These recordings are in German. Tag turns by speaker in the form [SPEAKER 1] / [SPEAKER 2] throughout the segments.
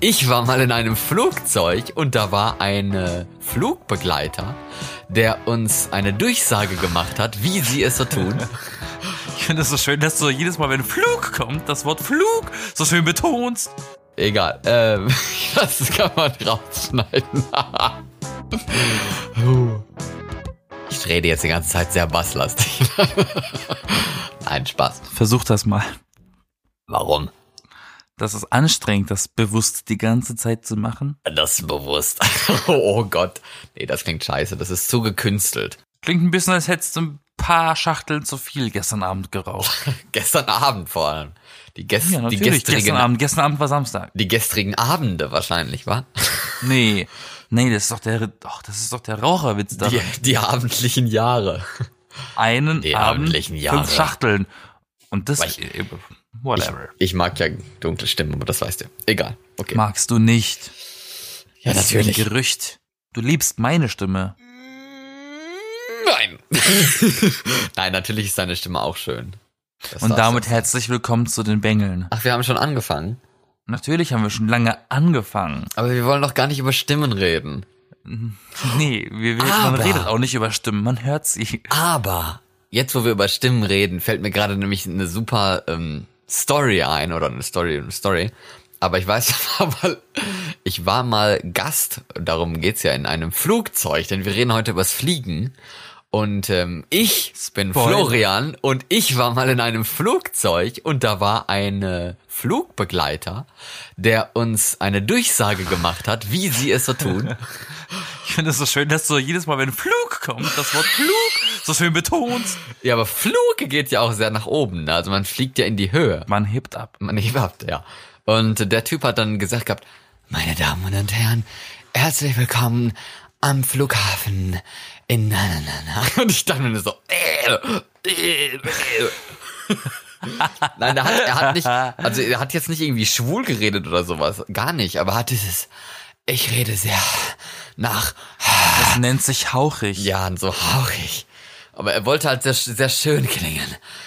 [SPEAKER 1] Ich war mal in einem Flugzeug und da war ein äh, Flugbegleiter, der uns eine Durchsage gemacht hat, wie sie es so tun.
[SPEAKER 2] Ich finde es so schön, dass du jedes Mal, wenn Flug kommt, das Wort Flug so schön betonst.
[SPEAKER 1] Egal, ähm, das kann man rausschneiden. ich rede jetzt die ganze Zeit sehr basslastig. Nein, Spaß.
[SPEAKER 2] Versuch das mal.
[SPEAKER 1] Warum?
[SPEAKER 2] Das ist anstrengend, das bewusst die ganze Zeit zu machen.
[SPEAKER 1] Das ist bewusst. oh Gott. Nee, das klingt scheiße. Das ist zu gekünstelt.
[SPEAKER 2] Klingt ein bisschen, als hättest du ein paar Schachteln zu viel gestern Abend geraucht.
[SPEAKER 1] Gestern Abend vor allem. Die, Gest
[SPEAKER 2] Ja,
[SPEAKER 1] die,
[SPEAKER 2] natürlich.
[SPEAKER 1] gestrigen,
[SPEAKER 2] Gestern Abend. Gestern Abend war Samstag.
[SPEAKER 1] die gestrigen Abende wahrscheinlich, wa?
[SPEAKER 2] Nee. Nee, das ist doch der, doch, das ist doch der Raucherwitz da.
[SPEAKER 1] Die, die abendlichen Jahre.
[SPEAKER 2] Einen
[SPEAKER 1] die
[SPEAKER 2] Abend,
[SPEAKER 1] abendlichen Jahre.
[SPEAKER 2] fünf Schachteln. Und das, äh,
[SPEAKER 1] Weil
[SPEAKER 2] whatever.
[SPEAKER 1] Ich mag ja dunkle Stimmen, aber das weißt du. Egal. Okay.
[SPEAKER 2] Magst du nicht.
[SPEAKER 1] ja,
[SPEAKER 2] Das ist ein Gerücht. Du liebst meine Stimme.
[SPEAKER 1] Nein. Nein, natürlich ist deine Stimme auch schön. Das
[SPEAKER 2] Und
[SPEAKER 1] war's
[SPEAKER 2] damit
[SPEAKER 1] jetzt.
[SPEAKER 2] herzlich willkommen zu den Bengeln.
[SPEAKER 1] Ach, wir haben schon angefangen.
[SPEAKER 2] Natürlich haben wir schon lange angefangen.
[SPEAKER 1] Aber wir wollen doch gar nicht über Stimmen reden.
[SPEAKER 2] Nee, wir, wir, man
[SPEAKER 1] Aber-
[SPEAKER 2] redet auch nicht über Stimmen, man hört sie.
[SPEAKER 1] Aber jetzt, wo wir über Stimmen reden, fällt mir gerade nämlich eine super ähm, Story ein oder eine Story, eine Story. Aber ich weiß, aber ich war mal Gast, darum geht's ja, in einem Flugzeug, denn wir reden heute übers Fliegen. Und ähm, ich bin
[SPEAKER 2] Spoiler.
[SPEAKER 1] Florian und ich war mal in einem Flugzeug und da war ein äh, Flugbegleiter, der uns eine Durchsage gemacht hat, wie sie es so tun.
[SPEAKER 2] Ich finde es so schön, dass du jedes Mal, wenn Flug kommt, das Wort Flug so schön betonst.
[SPEAKER 1] Ja, aber Flug geht ja auch sehr nach oben. ne? Also man fliegt ja in die Höhe.
[SPEAKER 2] Man hebt ab.
[SPEAKER 1] man gehabt, ja. Und der Typ hat dann gesagt gehabt, meine Damen und Herren, herzlich willkommen am Flughafen in na na na na. Und ich dachte mir nur so, äh, äh, äh. Nein, der hat, er hat nicht, also er hat jetzt nicht irgendwie schwul geredet oder sowas, gar nicht, aber hat dieses, ich rede sehr nach,
[SPEAKER 2] Das nennt sich hauchig.
[SPEAKER 1] Jahren so hauchig. Aber er wollte halt sehr, sehr schön klingen.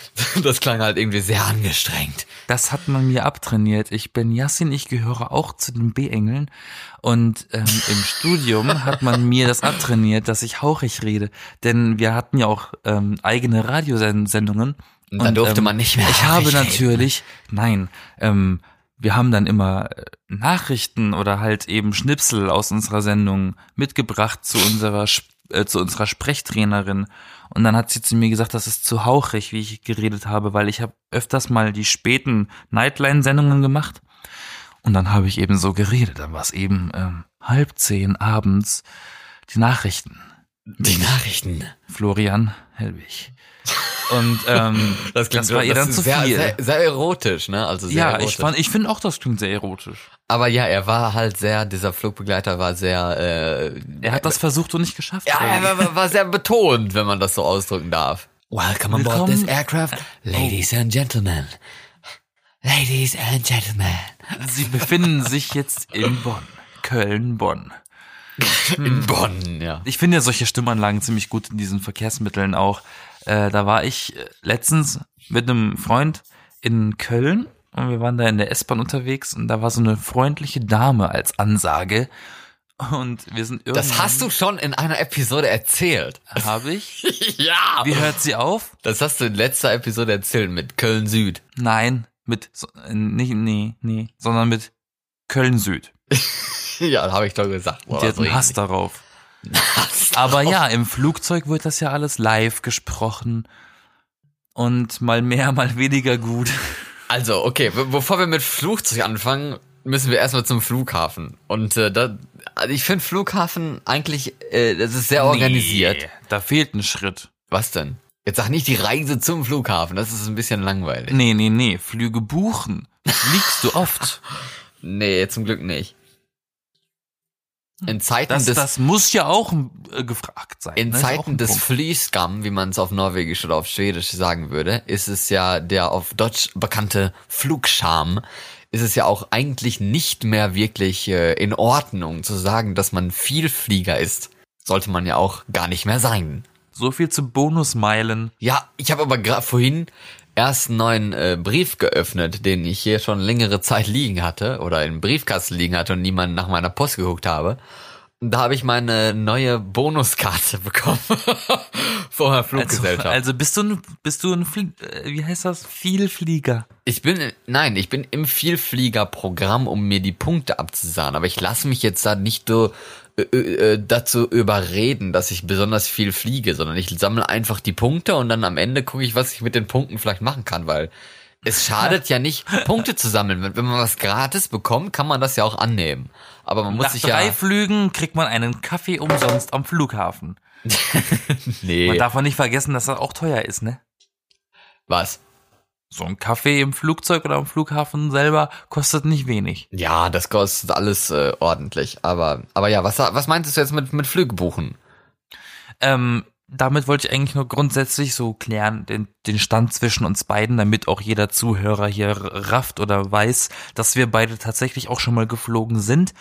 [SPEAKER 1] Das klang halt irgendwie sehr angestrengt.
[SPEAKER 2] Das hat man mir abtrainiert. Ich bin Yassin, ich gehöre auch zu den B-Engeln. Und ähm, im Studium hat man mir das abtrainiert, dass ich hauchig rede. Denn wir hatten ja auch ähm, eigene Radiosendungen. ähm,
[SPEAKER 1] Und dann durfte man nicht mehr
[SPEAKER 2] Ich
[SPEAKER 1] hauchig
[SPEAKER 2] habe
[SPEAKER 1] reden.
[SPEAKER 2] natürlich, nein, ähm, wir haben dann immer äh, Nachrichten oder halt eben Schnipsel aus unserer Sendung mitgebracht zu unserer Sp- äh, zu unserer Sprechtrainerin und dann hat sie zu mir gesagt, das ist zu hauchig, wie ich geredet habe, weil ich habe öfters mal die späten Nightline-Sendungen gemacht und dann habe ich eben so geredet, dann war es eben ähm, halb zehn abends die Nachrichten.
[SPEAKER 1] Die Nachrichten.
[SPEAKER 2] Florian Helwig. Und ähm, das, war ihr dann
[SPEAKER 1] ist
[SPEAKER 2] zu
[SPEAKER 1] sehr,
[SPEAKER 2] viel.
[SPEAKER 1] Sehr, sehr erotisch, ne? Also sehr
[SPEAKER 2] ja,
[SPEAKER 1] erotisch.
[SPEAKER 2] ich, fand- ich finde auch, das klingt sehr erotisch.
[SPEAKER 1] Aber ja, er war halt sehr, dieser Flugbegleiter war sehr, äh,
[SPEAKER 2] Er hat das versucht und nicht geschafft.
[SPEAKER 1] ja, er war- war, war sehr betont, wenn man das so ausdrücken darf. Oh. Welcome
[SPEAKER 2] aboard this
[SPEAKER 1] aircraft, ladies and gentlemen. Ladies and gentlemen.
[SPEAKER 2] Sie befinden sich jetzt in Bonn. Köln, Bonn. Hm.
[SPEAKER 1] In Bonn, ja.
[SPEAKER 2] Ich finde ja solche Stimmanlagen ziemlich gut in diesen Verkehrsmitteln auch. Äh, da war ich äh, letztens mit einem Freund in Köln und wir waren da in der S-Bahn unterwegs und da war so eine freundliche Dame als Ansage. Und wir sind irgendwann.
[SPEAKER 1] Das hast du schon in einer Episode erzählt.
[SPEAKER 2] Habe ich.
[SPEAKER 1] ja!
[SPEAKER 2] Wie hört sie auf?
[SPEAKER 1] Das hast du in letzter Episode erzählt mit Köln Süd.
[SPEAKER 2] Nein, mit so- äh, nicht nee, nee, sondern mit Köln Süd.
[SPEAKER 1] ja, habe ich doch gesagt. Boah,
[SPEAKER 2] Die
[SPEAKER 1] das
[SPEAKER 2] hatten
[SPEAKER 1] war
[SPEAKER 2] Hass
[SPEAKER 1] richtig-
[SPEAKER 2] darauf.
[SPEAKER 1] Hass.
[SPEAKER 2] Aber ja, im Flugzeug wird das ja alles live gesprochen und mal mehr, mal weniger gut.
[SPEAKER 1] Also, okay, be- bevor wir mit Flugzeug anfangen, müssen wir erstmal zum Flughafen. Und äh, da, also ich finde Flughafen eigentlich, äh, das ist sehr organisiert.
[SPEAKER 2] Nee, da fehlt ein Schritt.
[SPEAKER 1] Was denn? Jetzt sag nicht die Reise zum Flughafen, das ist ein bisschen langweilig.
[SPEAKER 2] Nee, nee, nee, Flüge buchen. Fliegst du oft?
[SPEAKER 1] Nee, zum Glück nicht. In Zeiten
[SPEAKER 2] Das,
[SPEAKER 1] des
[SPEAKER 2] das muss ja auch äh, gefragt sein.
[SPEAKER 1] In
[SPEAKER 2] ne? Ist auch
[SPEAKER 1] Zeiten
[SPEAKER 2] ein
[SPEAKER 1] des
[SPEAKER 2] Punkt.
[SPEAKER 1] Fließgam, wie man es auf Norwegisch oder auf Schwedisch sagen würde, ist es ja der auf Deutsch bekannte Flugscham, ist es ja auch eigentlich nicht mehr wirklich äh, in Ordnung zu sagen, dass man Vielflieger ist. Sollte man ja auch gar nicht mehr sein.
[SPEAKER 2] So viel zu Bonusmeilen.
[SPEAKER 1] Ja, ich habe aber gerade vorhin ersten neuen äh, Brief geöffnet, den ich hier schon längere Zeit liegen hatte oder im Briefkasten liegen hatte und niemand nach meiner Post geguckt habe. Und da habe ich meine neue Bonuskarte bekommen von der
[SPEAKER 2] Also,
[SPEAKER 1] Fluggesellschaft.
[SPEAKER 2] also bist du ein, bist du ein Flie äh, wie heißt das? Vielflieger.
[SPEAKER 1] ich bin nein, ich bin im Vielfliegerprogramm, um mir die Punkte abzusahnen, aber ich lasse mich jetzt da nicht so äh, äh, dazu überreden, dass ich besonders viel fliege, sondern ich sammle einfach die Punkte und dann am Ende gucke ich, was ich mit den Punkten vielleicht machen kann, weil es schadet ja nicht, Punkte zu sammeln. Wenn, wenn man was gratis bekommt, kann man das ja auch annehmen. Aber man muss
[SPEAKER 2] Nach
[SPEAKER 1] sich
[SPEAKER 2] drei
[SPEAKER 1] ja.
[SPEAKER 2] Flügen kriegt man einen Kaffee umsonst am Flughafen. Man
[SPEAKER 1] Nee.
[SPEAKER 2] darf auch nicht vergessen, dass das auch teuer ist, ne?
[SPEAKER 1] Was?
[SPEAKER 2] So ein Kaffee im Flugzeug oder am Flughafen selber kostet nicht wenig.
[SPEAKER 1] Ja, das kostet alles äh, ordentlich. Aber, aber ja, was, was meintest du jetzt mit, mit Flüge buchen?
[SPEAKER 2] Ähm, damit wollte ich eigentlich nur grundsätzlich so klären, den, den Stand zwischen uns beiden, damit auch jeder Zuhörer hier rafft oder weiß, dass wir beide tatsächlich auch schon mal geflogen sind,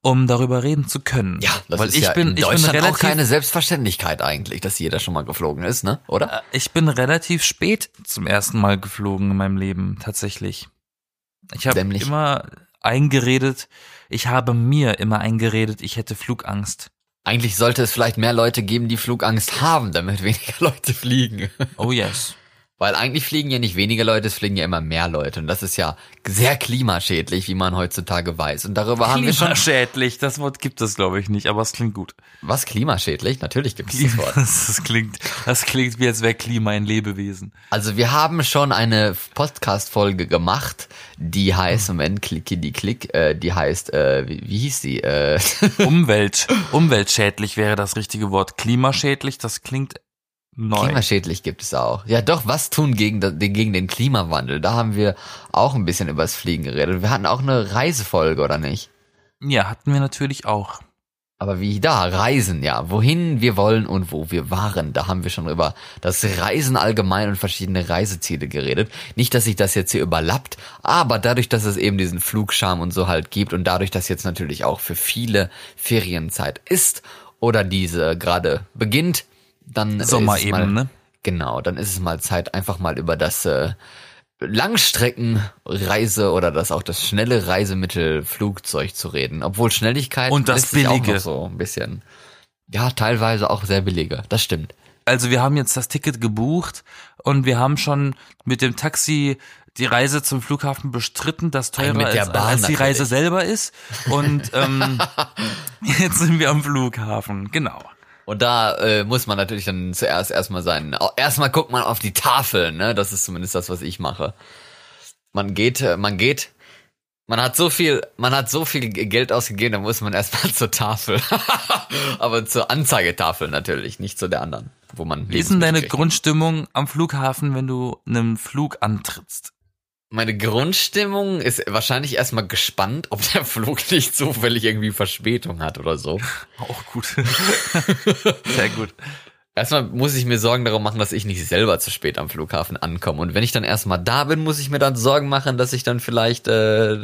[SPEAKER 2] um darüber reden zu können.
[SPEAKER 1] das
[SPEAKER 2] weil
[SPEAKER 1] ist
[SPEAKER 2] ich
[SPEAKER 1] ja
[SPEAKER 2] bin,
[SPEAKER 1] in
[SPEAKER 2] ich
[SPEAKER 1] Deutschland
[SPEAKER 2] bin
[SPEAKER 1] auch
[SPEAKER 2] relativ,
[SPEAKER 1] keine Selbstverständlichkeit eigentlich, dass jeder schon mal geflogen ist, ne? Oder?
[SPEAKER 2] äh, ich bin relativ spät zum ersten Mal geflogen in meinem Leben, tatsächlich. Ich habe
[SPEAKER 1] Nämlich?
[SPEAKER 2] immer eingeredet, ich habe mir immer eingeredet, ich hätte Flugangst.
[SPEAKER 1] Eigentlich sollte es vielleicht mehr Leute geben, die Flugangst haben, damit weniger Leute fliegen.
[SPEAKER 2] Oh yes.
[SPEAKER 1] Weil eigentlich fliegen ja nicht weniger Leute, es fliegen ja immer mehr Leute. Und das ist ja sehr klimaschädlich, wie man heutzutage weiß. Und darüber haben wir schon.
[SPEAKER 2] Klimaschädlich, das Wort gibt es glaube ich nicht, aber es klingt gut.
[SPEAKER 1] Was klimaschädlich? Natürlich gibt es das Wort.
[SPEAKER 2] Das klingt, das klingt wie als wäre Klima ein Lebewesen.
[SPEAKER 1] Also wir haben schon eine Podcast-Folge gemacht, die heißt, Moment, klicki die Klick, äh, die heißt, äh, wie, wie hieß die? Äh,
[SPEAKER 2] Umwelt, umweltschädlich wäre das richtige Wort. Klimaschädlich, das klingt neu.
[SPEAKER 1] klimaschädlich gibt es auch. Ja doch, was tun gegen, da- den- gegen den Klimawandel? Da haben wir auch ein bisschen übers Fliegen geredet. Wir hatten auch eine Reisefolge, oder nicht?
[SPEAKER 2] ja, hatten wir natürlich auch.
[SPEAKER 1] Aber wie da, Reisen, ja. Wohin wir wollen und wo wir waren. Da haben wir schon über das Reisen allgemein und verschiedene Reiseziele geredet. Nicht, dass sich das jetzt hier überlappt, aber dadurch, dass es eben diesen Flugscham und so halt gibt und dadurch, dass jetzt natürlich auch für viele Ferienzeit ist oder diese gerade beginnt, dann
[SPEAKER 2] Sommer
[SPEAKER 1] ist es
[SPEAKER 2] eben,
[SPEAKER 1] mal,
[SPEAKER 2] ne?
[SPEAKER 1] Genau, dann ist es mal Zeit, einfach mal über das äh, Langstreckenreise oder das auch das schnelle Reisemittel Flugzeug zu reden, obwohl Schnelligkeit
[SPEAKER 2] Und das
[SPEAKER 1] lässt sich auch
[SPEAKER 2] Billige.
[SPEAKER 1] noch so ein bisschen. Ja, teilweise auch sehr billige. Das stimmt.
[SPEAKER 2] Also wir haben jetzt das Ticket gebucht und wir haben schon mit dem Taxi die Reise zum Flughafen bestritten, das teurer
[SPEAKER 1] mit der
[SPEAKER 2] als,
[SPEAKER 1] Bahn
[SPEAKER 2] als die
[SPEAKER 1] natürlich.
[SPEAKER 2] Reise selber ist. Und ähm, jetzt sind wir am Flughafen, genau.
[SPEAKER 1] Und da äh, muss man natürlich dann zuerst erstmal sein. au- Erstmal guckt man auf die Tafeln, ne? Das ist zumindest das, was ich mache. Man geht, äh, man geht, man hat so viel, man hat so viel G- Geld ausgegeben, da muss man erstmal zur Tafel. Aber zur Anzeigetafel natürlich, nicht zu der anderen, wo man.
[SPEAKER 2] Wie ist denn deine
[SPEAKER 1] Lebensmittel kriegt.
[SPEAKER 2] Grundstimmung am Flughafen, wenn du einen Flug antrittst?
[SPEAKER 1] Meine Grundstimmung ist wahrscheinlich erstmal gespannt, ob der Flug nicht zufällig irgendwie Verspätung hat oder so.
[SPEAKER 2] Auch gut. Sehr gut.
[SPEAKER 1] Erstmal muss ich mir Sorgen darum machen, dass ich nicht selber zu spät am Flughafen ankomme. Und wenn ich dann erstmal da bin, muss ich mir dann Sorgen machen, dass ich dann vielleicht äh,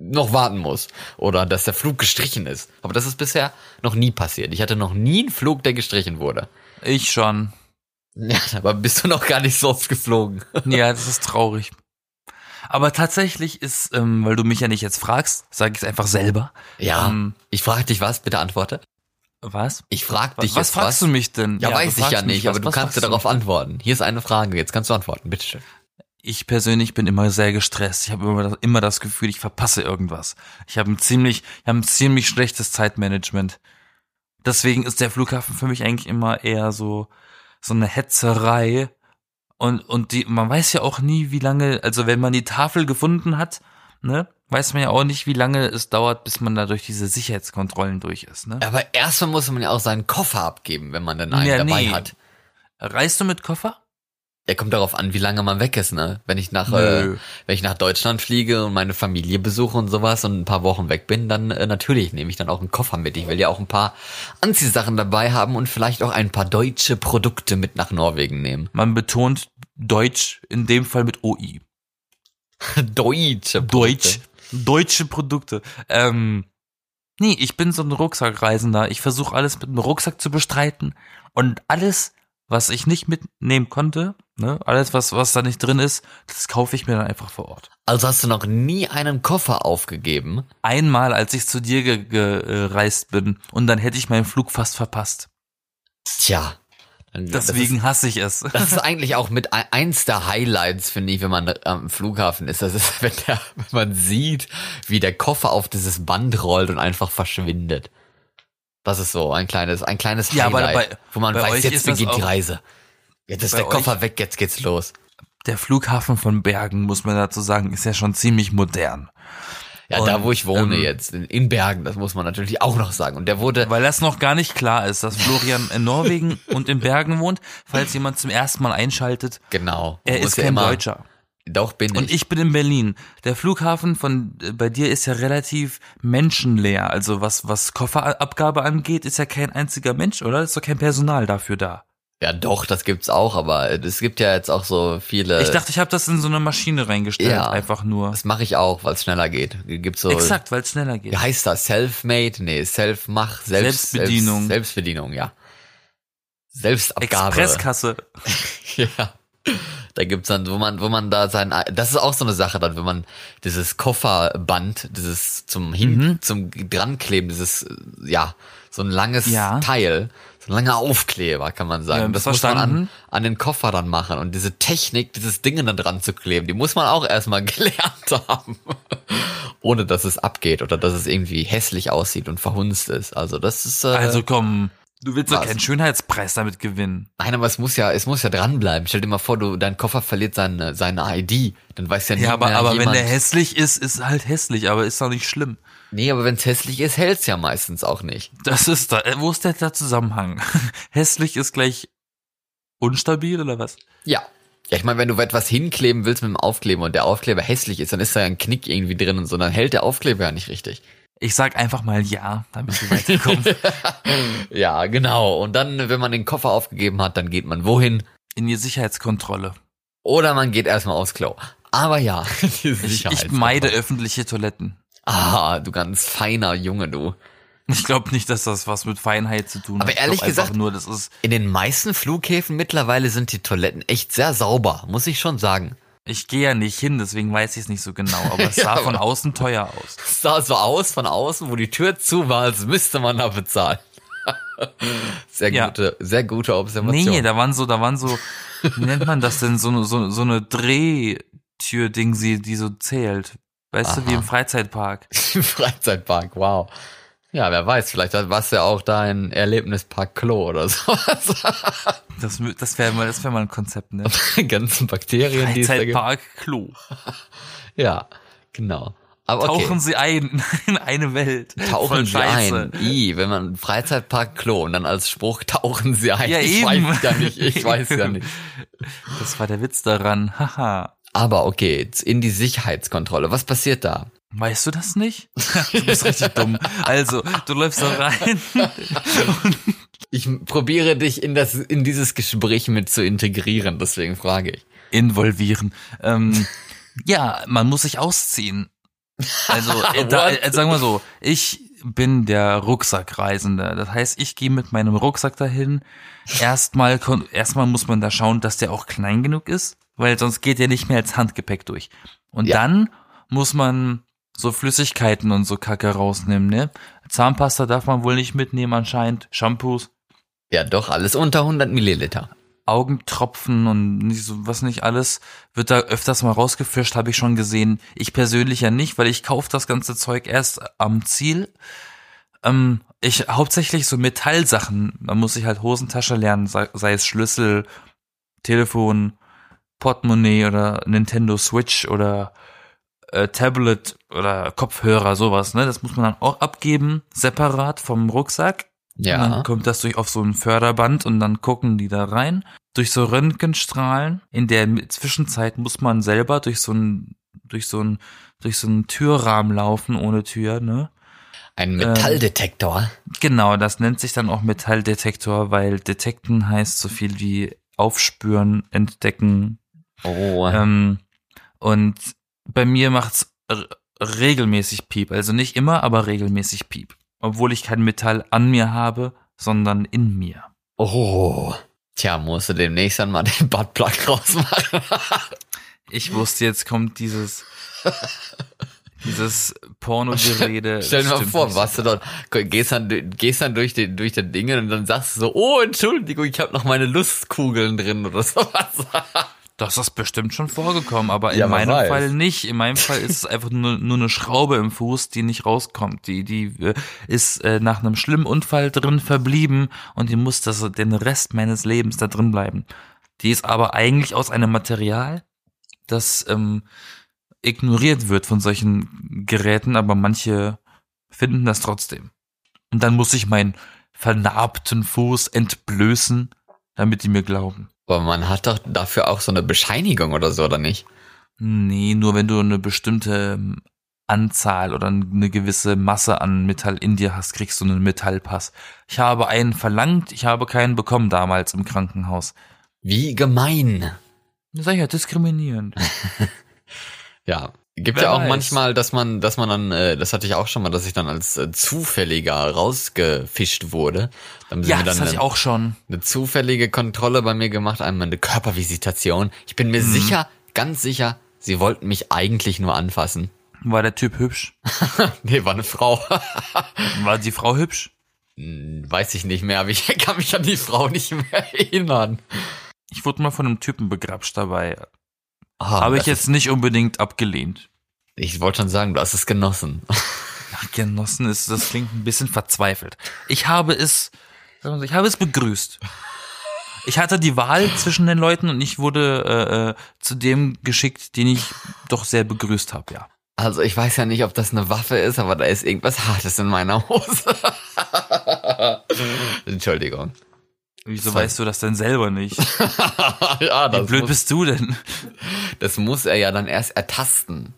[SPEAKER 1] noch warten muss. Oder dass der Flug gestrichen ist. Aber das ist bisher noch nie passiert. Ich hatte noch nie einen Flug, der gestrichen wurde.
[SPEAKER 2] Ich schon.
[SPEAKER 1] Ja, aber bist du noch gar nicht so oft geflogen.
[SPEAKER 2] Ja, das ist traurig. Aber tatsächlich ist, ähm, weil du mich ja nicht jetzt fragst, sage ich es einfach selber.
[SPEAKER 1] Ja.
[SPEAKER 2] Ähm,
[SPEAKER 1] Ich frage dich was, bitte antworte.
[SPEAKER 2] was?
[SPEAKER 1] Ich frage dich
[SPEAKER 2] was was
[SPEAKER 1] jetzt
[SPEAKER 2] fragst du mich denn?
[SPEAKER 1] Ja,
[SPEAKER 2] du
[SPEAKER 1] weiß ich
[SPEAKER 2] fragst
[SPEAKER 1] ja
[SPEAKER 2] mich,
[SPEAKER 1] nicht,
[SPEAKER 2] was-
[SPEAKER 1] aber du
[SPEAKER 2] was
[SPEAKER 1] kannst
[SPEAKER 2] fragst
[SPEAKER 1] ja darauf antworten. Hier ist eine Frage, jetzt kannst du antworten, bitteschön.
[SPEAKER 2] Ich persönlich bin immer sehr gestresst. Ich habe immer das, immer das Gefühl, ich verpasse irgendwas. Ich habe ein ziemlich, ich habe ein ziemlich schlechtes Zeitmanagement. Deswegen ist der Flughafen für mich eigentlich immer eher so so eine Hetzerei und und die man weiß ja auch nie, wie lange, also wenn man die Tafel gefunden hat, ne, weiß man ja auch nicht, wie lange es dauert, bis man da durch diese Sicherheitskontrollen durch ist, ne?
[SPEAKER 1] Aber erstmal muss man ja auch seinen Koffer abgeben, wenn man dann einen
[SPEAKER 2] Ja,
[SPEAKER 1] dabei
[SPEAKER 2] nee.
[SPEAKER 1] hat.
[SPEAKER 2] Reist du mit Koffer?
[SPEAKER 1] Ja, kommt darauf an, wie lange man weg ist, ne? Wenn ich nach, äh,
[SPEAKER 2] Nö.
[SPEAKER 1] wenn ich nach Deutschland fliege und meine Familie besuche und sowas und ein paar Wochen weg bin, dann äh, natürlich nehme ich dann auch einen Koffer mit. Ich will ja auch ein paar Anziehsachen dabei haben und vielleicht auch ein paar deutsche Produkte mit nach Norwegen nehmen.
[SPEAKER 2] Man betont Deutsch in dem Fall mit OI.
[SPEAKER 1] deutsche Produkte.
[SPEAKER 2] Deutsch. Deutsche Produkte. Ähm, nee, ich bin so ein Rucksackreisender. Ich versuche alles mit dem Rucksack zu bestreiten. Und alles, was ich nicht mitnehmen konnte, Ne? Alles, was, was da nicht drin ist, das kaufe ich mir dann einfach vor Ort.
[SPEAKER 1] Also hast du noch nie einen Koffer aufgegeben?
[SPEAKER 2] Einmal, als ich zu dir ge- gereist bin und dann hätte ich meinen Flug fast verpasst.
[SPEAKER 1] Tja. dann- das ist-
[SPEAKER 2] Deswegen hasse ich es.
[SPEAKER 1] Das ist eigentlich auch mit ein- eins der Highlights, finde ich, wenn man ähm, am Flughafen ist. Das ist, wenn, der, wenn man sieht, wie der Koffer auf dieses Band rollt und einfach verschwindet. Das ist so ein kleines, ein kleines
[SPEAKER 2] Ja, aber
[SPEAKER 1] Highlight,
[SPEAKER 2] bei-
[SPEAKER 1] wo man
[SPEAKER 2] bei
[SPEAKER 1] weiß,
[SPEAKER 2] euch
[SPEAKER 1] jetzt
[SPEAKER 2] ist das
[SPEAKER 1] beginnt die
[SPEAKER 2] auch-
[SPEAKER 1] Reise. Jetzt ist
[SPEAKER 2] bei
[SPEAKER 1] der Koffer weg, jetzt geht's los.
[SPEAKER 2] Der Flughafen von Bergen, muss man dazu sagen, ist ja schon ziemlich modern.
[SPEAKER 1] Ja,
[SPEAKER 2] Und,
[SPEAKER 1] da wo ich wohne
[SPEAKER 2] ähm,
[SPEAKER 1] jetzt, in, in Bergen, das muss man natürlich auch noch sagen. Und der wurde,
[SPEAKER 2] Weil das noch gar nicht klar ist, dass Florian in Norwegen und in Bergen wohnt, falls jemand zum ersten Mal einschaltet.
[SPEAKER 1] genau.
[SPEAKER 2] Er
[SPEAKER 1] muss
[SPEAKER 2] ist
[SPEAKER 1] ja
[SPEAKER 2] kein
[SPEAKER 1] immer-
[SPEAKER 2] Deutscher.
[SPEAKER 1] Doch bin
[SPEAKER 2] Und
[SPEAKER 1] ich.
[SPEAKER 2] ich bin in Berlin. Der Flughafen von äh, bei dir ist ja relativ menschenleer. Also was, was Kofferabgabe angeht, ist ja kein einziger Mensch, oder? Ist doch kein Personal dafür da.
[SPEAKER 1] Ja, doch, das gibt's auch, aber es gibt ja jetzt auch so viele.
[SPEAKER 2] Ich dachte, ich habe das in so eine Maschine reingestellt,
[SPEAKER 1] Äh. Ja.
[SPEAKER 2] einfach nur.
[SPEAKER 1] das mache ich auch, weil es schneller geht. Gibt's so
[SPEAKER 2] Exakt, weil es schneller geht.
[SPEAKER 1] wie heißt das? Selfmade? Nee, Selfmach, Selbst,
[SPEAKER 2] Selbstbedienung.
[SPEAKER 1] Selbst, Selbstbedienung, ja. Selbstabgabe.
[SPEAKER 2] Expresskasse.
[SPEAKER 1] Ja. Da gibt's dann, wo man, wo man da sein, das ist auch so eine Sache dann, wenn man dieses Kofferband, dieses zum hin,
[SPEAKER 2] Mhm.
[SPEAKER 1] zum drankleben, dieses, äh, ja, so ein langes
[SPEAKER 2] Ja.
[SPEAKER 1] Teil, so ein langer Aufkleber, kann man sagen.
[SPEAKER 2] Ja,
[SPEAKER 1] das muss man an,
[SPEAKER 2] verstanden.
[SPEAKER 1] an den Koffer dann machen und diese Technik, dieses Ding dann dran zu kleben, die muss man auch erstmal gelernt haben. Ohne dass es abgeht oder dass es irgendwie hässlich aussieht und verhunzt ist. Also das ist, äh,
[SPEAKER 2] Also komm, du willst doch
[SPEAKER 1] was?
[SPEAKER 2] keinen Schönheitspreis damit gewinnen.
[SPEAKER 1] Nein, aber es muss ja, es muss ja dranbleiben. Stell dir mal vor, du, dein Koffer verliert seine, seine ID. Dann weiß ja nicht
[SPEAKER 2] Ja, aber,
[SPEAKER 1] mehr
[SPEAKER 2] aber wenn
[SPEAKER 1] jemand.
[SPEAKER 2] der hässlich ist, ist halt hässlich, aber ist doch nicht schlimm.
[SPEAKER 1] nee, aber wenn's hässlich ist, hält's ja meistens auch nicht.
[SPEAKER 2] Das ist da. äh, Wo ist der, der Zusammenhang? hässlich ist gleich unstabil oder was?
[SPEAKER 1] Ja. Ja, ich meine, wenn du etwas hinkleben willst mit dem Aufkleber und der Aufkleber hässlich ist, dann ist da ja ein Knick irgendwie drin und so, dann hält der Aufkleber ja nicht richtig.
[SPEAKER 2] Ich sag einfach mal ja, damit du weiterkommst.
[SPEAKER 1] Ja, genau. Und dann, wenn man den Koffer aufgegeben hat, dann geht man wohin?
[SPEAKER 2] In die Sicherheitskontrolle.
[SPEAKER 1] Oder man geht erstmal aufs Klo. Aber ja, die
[SPEAKER 2] Ich, ich
[SPEAKER 1] Sicherheitskontrolle.
[SPEAKER 2] meide öffentliche Toiletten.
[SPEAKER 1] Ah, du ganz feiner Junge, du.
[SPEAKER 2] Ich glaube nicht, dass das was mit Feinheit zu tun
[SPEAKER 1] Aber
[SPEAKER 2] hat.
[SPEAKER 1] ehrlich
[SPEAKER 2] ich glaub einfach
[SPEAKER 1] gesagt-
[SPEAKER 2] nur, das ist.
[SPEAKER 1] In den meisten Flughäfen mittlerweile sind die Toiletten echt sehr sauber, muss ich schon sagen.
[SPEAKER 2] Ich gehe ja nicht hin, deswegen weiß ich es nicht so genau. Aber es
[SPEAKER 1] Ja,
[SPEAKER 2] sah
[SPEAKER 1] aber-
[SPEAKER 2] von außen teuer aus.
[SPEAKER 1] Es sah so aus von außen, wo die Tür zu war, als müsste man da bezahlen. Sehr
[SPEAKER 2] Ja.
[SPEAKER 1] gute, sehr gute Observation.
[SPEAKER 2] Nee, da waren so, da waren so, wie nennt man das denn, so, ne- so, so eine Drehtür-Ding, sie- die so zählt. Weißt du, wie im Freizeitpark.
[SPEAKER 1] Im Freizeitpark, wow. Ja, wer weiß, vielleicht warst du ja auch da in Erlebnispark Klo oder sowas.
[SPEAKER 2] Das, mü- das wäre mal, das wäre mal ein Konzept, ne?
[SPEAKER 1] Die ganzen Bakterien, die es da gibt.
[SPEAKER 2] Freizeitpark Klo.
[SPEAKER 1] Ja, genau. Aber okay.
[SPEAKER 2] Tauchen sie ein in eine Welt.
[SPEAKER 1] Tauchen
[SPEAKER 2] Voll
[SPEAKER 1] Sie
[SPEAKER 2] scheiße.
[SPEAKER 1] ein. I, wenn man Freizeitpark Klo und dann als Spruch tauchen Sie ein.
[SPEAKER 2] Ja,
[SPEAKER 1] ich
[SPEAKER 2] eben.
[SPEAKER 1] weiß ja nicht, ich weiß ja
[SPEAKER 2] Eben.
[SPEAKER 1] nicht.
[SPEAKER 2] Das war der Witz daran. Haha.
[SPEAKER 1] Aber okay, jetzt in die Sicherheitskontrolle. Was passiert da?
[SPEAKER 2] Weißt du das nicht? Du bist richtig dumm. Also, du läufst da rein.
[SPEAKER 1] Ich probiere dich in das in dieses Gespräch mit zu integrieren, deswegen frage ich.
[SPEAKER 2] involvieren. Ähm, ja, man muss sich ausziehen. Also, äh, da,
[SPEAKER 1] What?
[SPEAKER 2] äh, sagen wir so, ich bin der Rucksackreisende. Das heißt, ich gehe mit meinem Rucksack dahin. Erstmal, kon- erstmal muss man da schauen, dass der auch klein genug ist, weil sonst geht der nicht mehr als Handgepäck durch. Und
[SPEAKER 1] Ja.
[SPEAKER 2] dann muss man so Flüssigkeiten und so Kacke rausnehmen, ne? Zahnpasta darf man wohl nicht mitnehmen anscheinend, Shampoos,
[SPEAKER 1] Ja, doch alles unter 100 Milliliter.
[SPEAKER 2] Augentropfen und nicht so, was nicht alles, wird da öfters mal rausgefischt, habe ich schon gesehen. Ich persönlich ja nicht, weil ich kaufe das ganze Zeug erst am Ziel. Ähm, ich hauptsächlich so Metallsachen, da muss ich halt Hosentasche lernen, sei, sei es Schlüssel, Telefon, Portemonnaie oder Nintendo Switch oder äh, Tablet oder Kopfhörer, sowas, ne? Das muss man dann auch abgeben, separat vom Rucksack. Und
[SPEAKER 1] Ja.
[SPEAKER 2] dann kommt das durch auf so ein Förderband und dann gucken die da rein. Durch so Röntgenstrahlen. In der Mi- Zwischenzeit muss man selber durch so ein, durch so ein, durch so einen Türrahmen laufen ohne Tür, ne?
[SPEAKER 1] Ein Metalldetektor.
[SPEAKER 2] Genau, das nennt sich dann auch Metalldetektor, weil Detekten heißt so viel wie aufspüren, entdecken.
[SPEAKER 1] Oh.
[SPEAKER 2] Ähm, und bei mir macht's r- regelmäßig Piep. Also nicht immer, aber regelmäßig Piep. Obwohl ich kein Metall an mir habe, sondern in mir.
[SPEAKER 1] Oh. Tja, musst du demnächst dann mal den Buttplug rausmachen.
[SPEAKER 2] Ich wusste, jetzt kommt dieses, dieses Pornogerede.
[SPEAKER 1] Stell dir mal
[SPEAKER 2] Stimmt
[SPEAKER 1] vor,
[SPEAKER 2] nicht.
[SPEAKER 1] warst du dort, gehst dann, gehst dann durch den, durch den Dinge und dann sagst du so, oh, Entschuldigung, ich habe noch meine Lustkugeln drin oder sowas.
[SPEAKER 2] Das ist bestimmt schon vorgekommen, aber in
[SPEAKER 1] Ja, wer
[SPEAKER 2] meinem
[SPEAKER 1] weiß.
[SPEAKER 2] Fall nicht. In meinem Fall ist es einfach nur, nur eine Schraube im Fuß, die nicht rauskommt. Die, die äh, ist äh, nach einem schlimmen Unfall drin verblieben und die muss das, den Rest meines Lebens da drin bleiben. Die ist aber eigentlich aus einem Material, das ähm, ignoriert wird von solchen Geräten, aber manche finden das trotzdem. Und dann muss ich meinen vernarbten Fuß entblößen, damit die mir glauben.
[SPEAKER 1] Aber man hat doch dafür auch so eine Bescheinigung oder so, oder nicht?
[SPEAKER 2] Nee, nur wenn du eine bestimmte ähm, Anzahl oder eine gewisse Masse an Metall in dir hast, kriegst du einen Metallpass. Ich habe einen verlangt, ich habe keinen bekommen damals im Krankenhaus.
[SPEAKER 1] Wie gemein.
[SPEAKER 2] Das ist ja diskriminierend.
[SPEAKER 1] Ja. Gibt
[SPEAKER 2] Wer
[SPEAKER 1] ja auch
[SPEAKER 2] weiß.
[SPEAKER 1] manchmal, dass man, dass man dann, äh, das hatte ich auch schon mal, dass ich dann als äh, zufälliger rausgefischt wurde. Dann haben sie
[SPEAKER 2] ja,
[SPEAKER 1] mir dann
[SPEAKER 2] das hatte
[SPEAKER 1] eine,
[SPEAKER 2] ich auch schon.
[SPEAKER 1] eine zufällige Kontrolle bei mir gemacht, einmal eine Körpervisitation. Ich bin mir
[SPEAKER 2] Mhm.
[SPEAKER 1] sicher, ganz sicher, sie wollten mich eigentlich nur anfassen.
[SPEAKER 2] War der Typ hübsch?
[SPEAKER 1] Nee, war eine Frau.
[SPEAKER 2] War die Frau hübsch?
[SPEAKER 1] Hm, Weiß ich nicht mehr, aber ich kann mich an die Frau nicht mehr erinnern.
[SPEAKER 2] Ich wurde mal von einem Typen begrapscht dabei.
[SPEAKER 1] Ah,
[SPEAKER 2] habe ich
[SPEAKER 1] das-
[SPEAKER 2] jetzt nicht unbedingt abgelehnt.
[SPEAKER 1] Ich wollte schon sagen, du hast es genossen.
[SPEAKER 2] Ach, genossen ist, das klingt ein bisschen verzweifelt. Ich habe es, sagen wir so, ich habe es begrüßt. Ich hatte die Wahl zwischen den Leuten und ich wurde äh, äh, zu dem geschickt, den ich doch sehr begrüßt habe, ja.
[SPEAKER 1] Also ich weiß ja nicht, ob das eine Waffe ist, aber da ist irgendwas Hartes in meiner Hose. Entschuldigung.
[SPEAKER 2] Wieso
[SPEAKER 1] Sorry.
[SPEAKER 2] weißt du das denn selber nicht?
[SPEAKER 1] ja,
[SPEAKER 2] Wie
[SPEAKER 1] das,
[SPEAKER 2] blöd
[SPEAKER 1] muss,
[SPEAKER 2] bist du denn?
[SPEAKER 1] das muss er ja dann erst ertasten.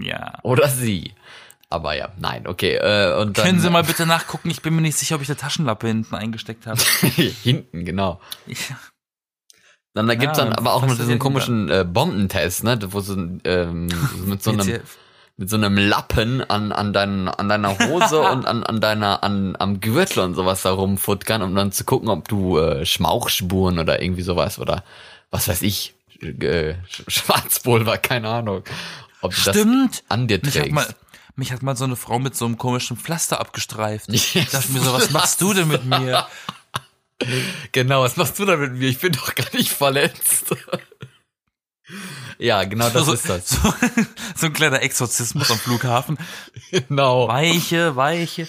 [SPEAKER 2] Ja.
[SPEAKER 1] Oder sie. Aber ja, nein, okay. Äh, und dann,
[SPEAKER 2] Können Sie mal bitte nachgucken? Ich bin mir nicht sicher, ob ich eine Taschenlampe hinten eingesteckt habe.
[SPEAKER 1] hinten, genau.
[SPEAKER 2] Ich,
[SPEAKER 1] Dann da gibt's
[SPEAKER 2] Ja,
[SPEAKER 1] dann aber auch
[SPEAKER 2] was
[SPEAKER 1] noch
[SPEAKER 2] ist
[SPEAKER 1] diesen
[SPEAKER 2] denn da?
[SPEAKER 1] komischen äh, Bombentest, ne? Wo so ein, ähm, so mit so einem
[SPEAKER 2] WTF.
[SPEAKER 1] mit so einem Lappen an, an, deinen, an deiner Hose und an, an deiner, an, am Gürtel und sowas da rumfuttern, um dann zu gucken, ob du äh, Schmauchspuren oder irgendwie sowas oder was weiß ich, äh, Sch- Schwarzpulver, keine Ahnung. Ob du
[SPEAKER 2] Stimmt.
[SPEAKER 1] das an dir
[SPEAKER 2] Mich hat,
[SPEAKER 1] trägst.
[SPEAKER 2] mal, mich hat mal so eine Frau mit so einem komischen Pflaster abgestreift. Ich
[SPEAKER 1] Yes.
[SPEAKER 2] dachte mir so, was machst du denn mit mir?
[SPEAKER 1] genau, was machst du da mit mir? Ich bin doch gar nicht verletzt. ja, genau das
[SPEAKER 2] so,
[SPEAKER 1] ist das.
[SPEAKER 2] So, so ein kleiner Exorzismus am Flughafen.
[SPEAKER 1] Genau.
[SPEAKER 2] Weiche, weiche.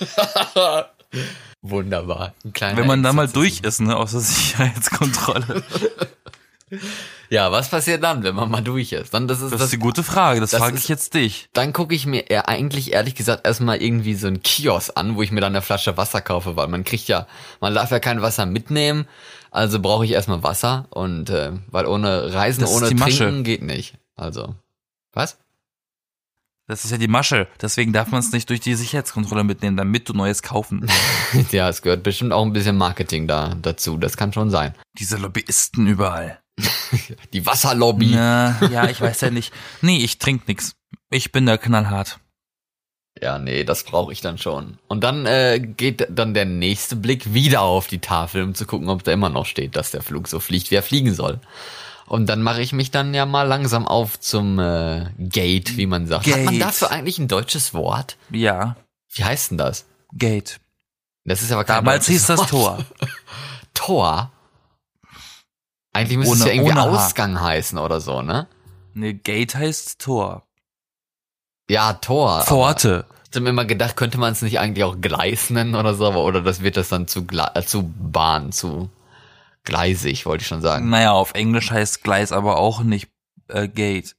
[SPEAKER 1] Wunderbar. Ein kleiner
[SPEAKER 2] Wenn man da mal
[SPEAKER 1] Exorzismus.
[SPEAKER 2] durch ist, ne, aus der Sicherheitskontrolle.
[SPEAKER 1] Ja, was passiert dann, wenn man mal durch ist? Dann das ist
[SPEAKER 2] Das
[SPEAKER 1] das
[SPEAKER 2] ist eine gute Frage, das,
[SPEAKER 1] das
[SPEAKER 2] frage
[SPEAKER 1] ist-
[SPEAKER 2] ich jetzt dich.
[SPEAKER 1] dann gucke ich mir eher eigentlich ehrlich gesagt erstmal irgendwie so einen Kiosk an, wo ich mir dann eine Flasche Wasser kaufe, weil man kriegt ja, man darf ja kein Wasser mitnehmen, also brauche ich erstmal Wasser und äh, weil ohne Reisen,
[SPEAKER 2] Das ist
[SPEAKER 1] ohne
[SPEAKER 2] die Masche.
[SPEAKER 1] Trinken geht nicht. Also, was?
[SPEAKER 2] Das ist ja die Masche. Deswegen darf man es nicht durch die Sicherheitskontrolle mitnehmen, damit du Neues kaufen.
[SPEAKER 1] ja, es gehört bestimmt auch ein bisschen Marketing da dazu, das kann schon sein.
[SPEAKER 2] Diese Lobbyisten überall.
[SPEAKER 1] Die Wasserlobby.
[SPEAKER 2] Na, ja, ich weiß ja nicht. Nee, ich trinke nix. Ich bin da knallhart.
[SPEAKER 1] Ja, nee, das brauche ich dann schon. Und dann äh, geht dann der nächste Blick wieder auf die Tafel, um zu gucken, ob da immer noch steht, dass der Flug so fliegt, wie er fliegen soll. Und dann mache ich mich dann ja mal langsam auf zum äh, Gate, wie man sagt. Hat man
[SPEAKER 2] Gate.
[SPEAKER 1] dafür eigentlich ein deutsches Wort?
[SPEAKER 2] Ja,
[SPEAKER 1] Wie heißt denn das?
[SPEAKER 2] Gate.
[SPEAKER 1] Das ist aber kein
[SPEAKER 2] Damals
[SPEAKER 1] deutsches
[SPEAKER 2] hieß das
[SPEAKER 1] Wort.
[SPEAKER 2] Tor.
[SPEAKER 1] Tor? Eigentlich müsste es
[SPEAKER 2] Ohne-
[SPEAKER 1] ja irgendwie
[SPEAKER 2] ohne H.
[SPEAKER 1] Ausgang heißen oder so, ne?
[SPEAKER 2] Ne, Gate heißt Tor.
[SPEAKER 1] Ja, Tor. aber-
[SPEAKER 2] Pforte.
[SPEAKER 1] Ich habe mir immer gedacht, könnte man es nicht eigentlich auch Gleis nennen oder so, aber oder das wird das dann zu, Gle äh, zu Bahn, zu gleisig, wollte ich schon sagen.
[SPEAKER 2] Naja, auf Englisch heißt Gleis aber auch nicht äh, Gate.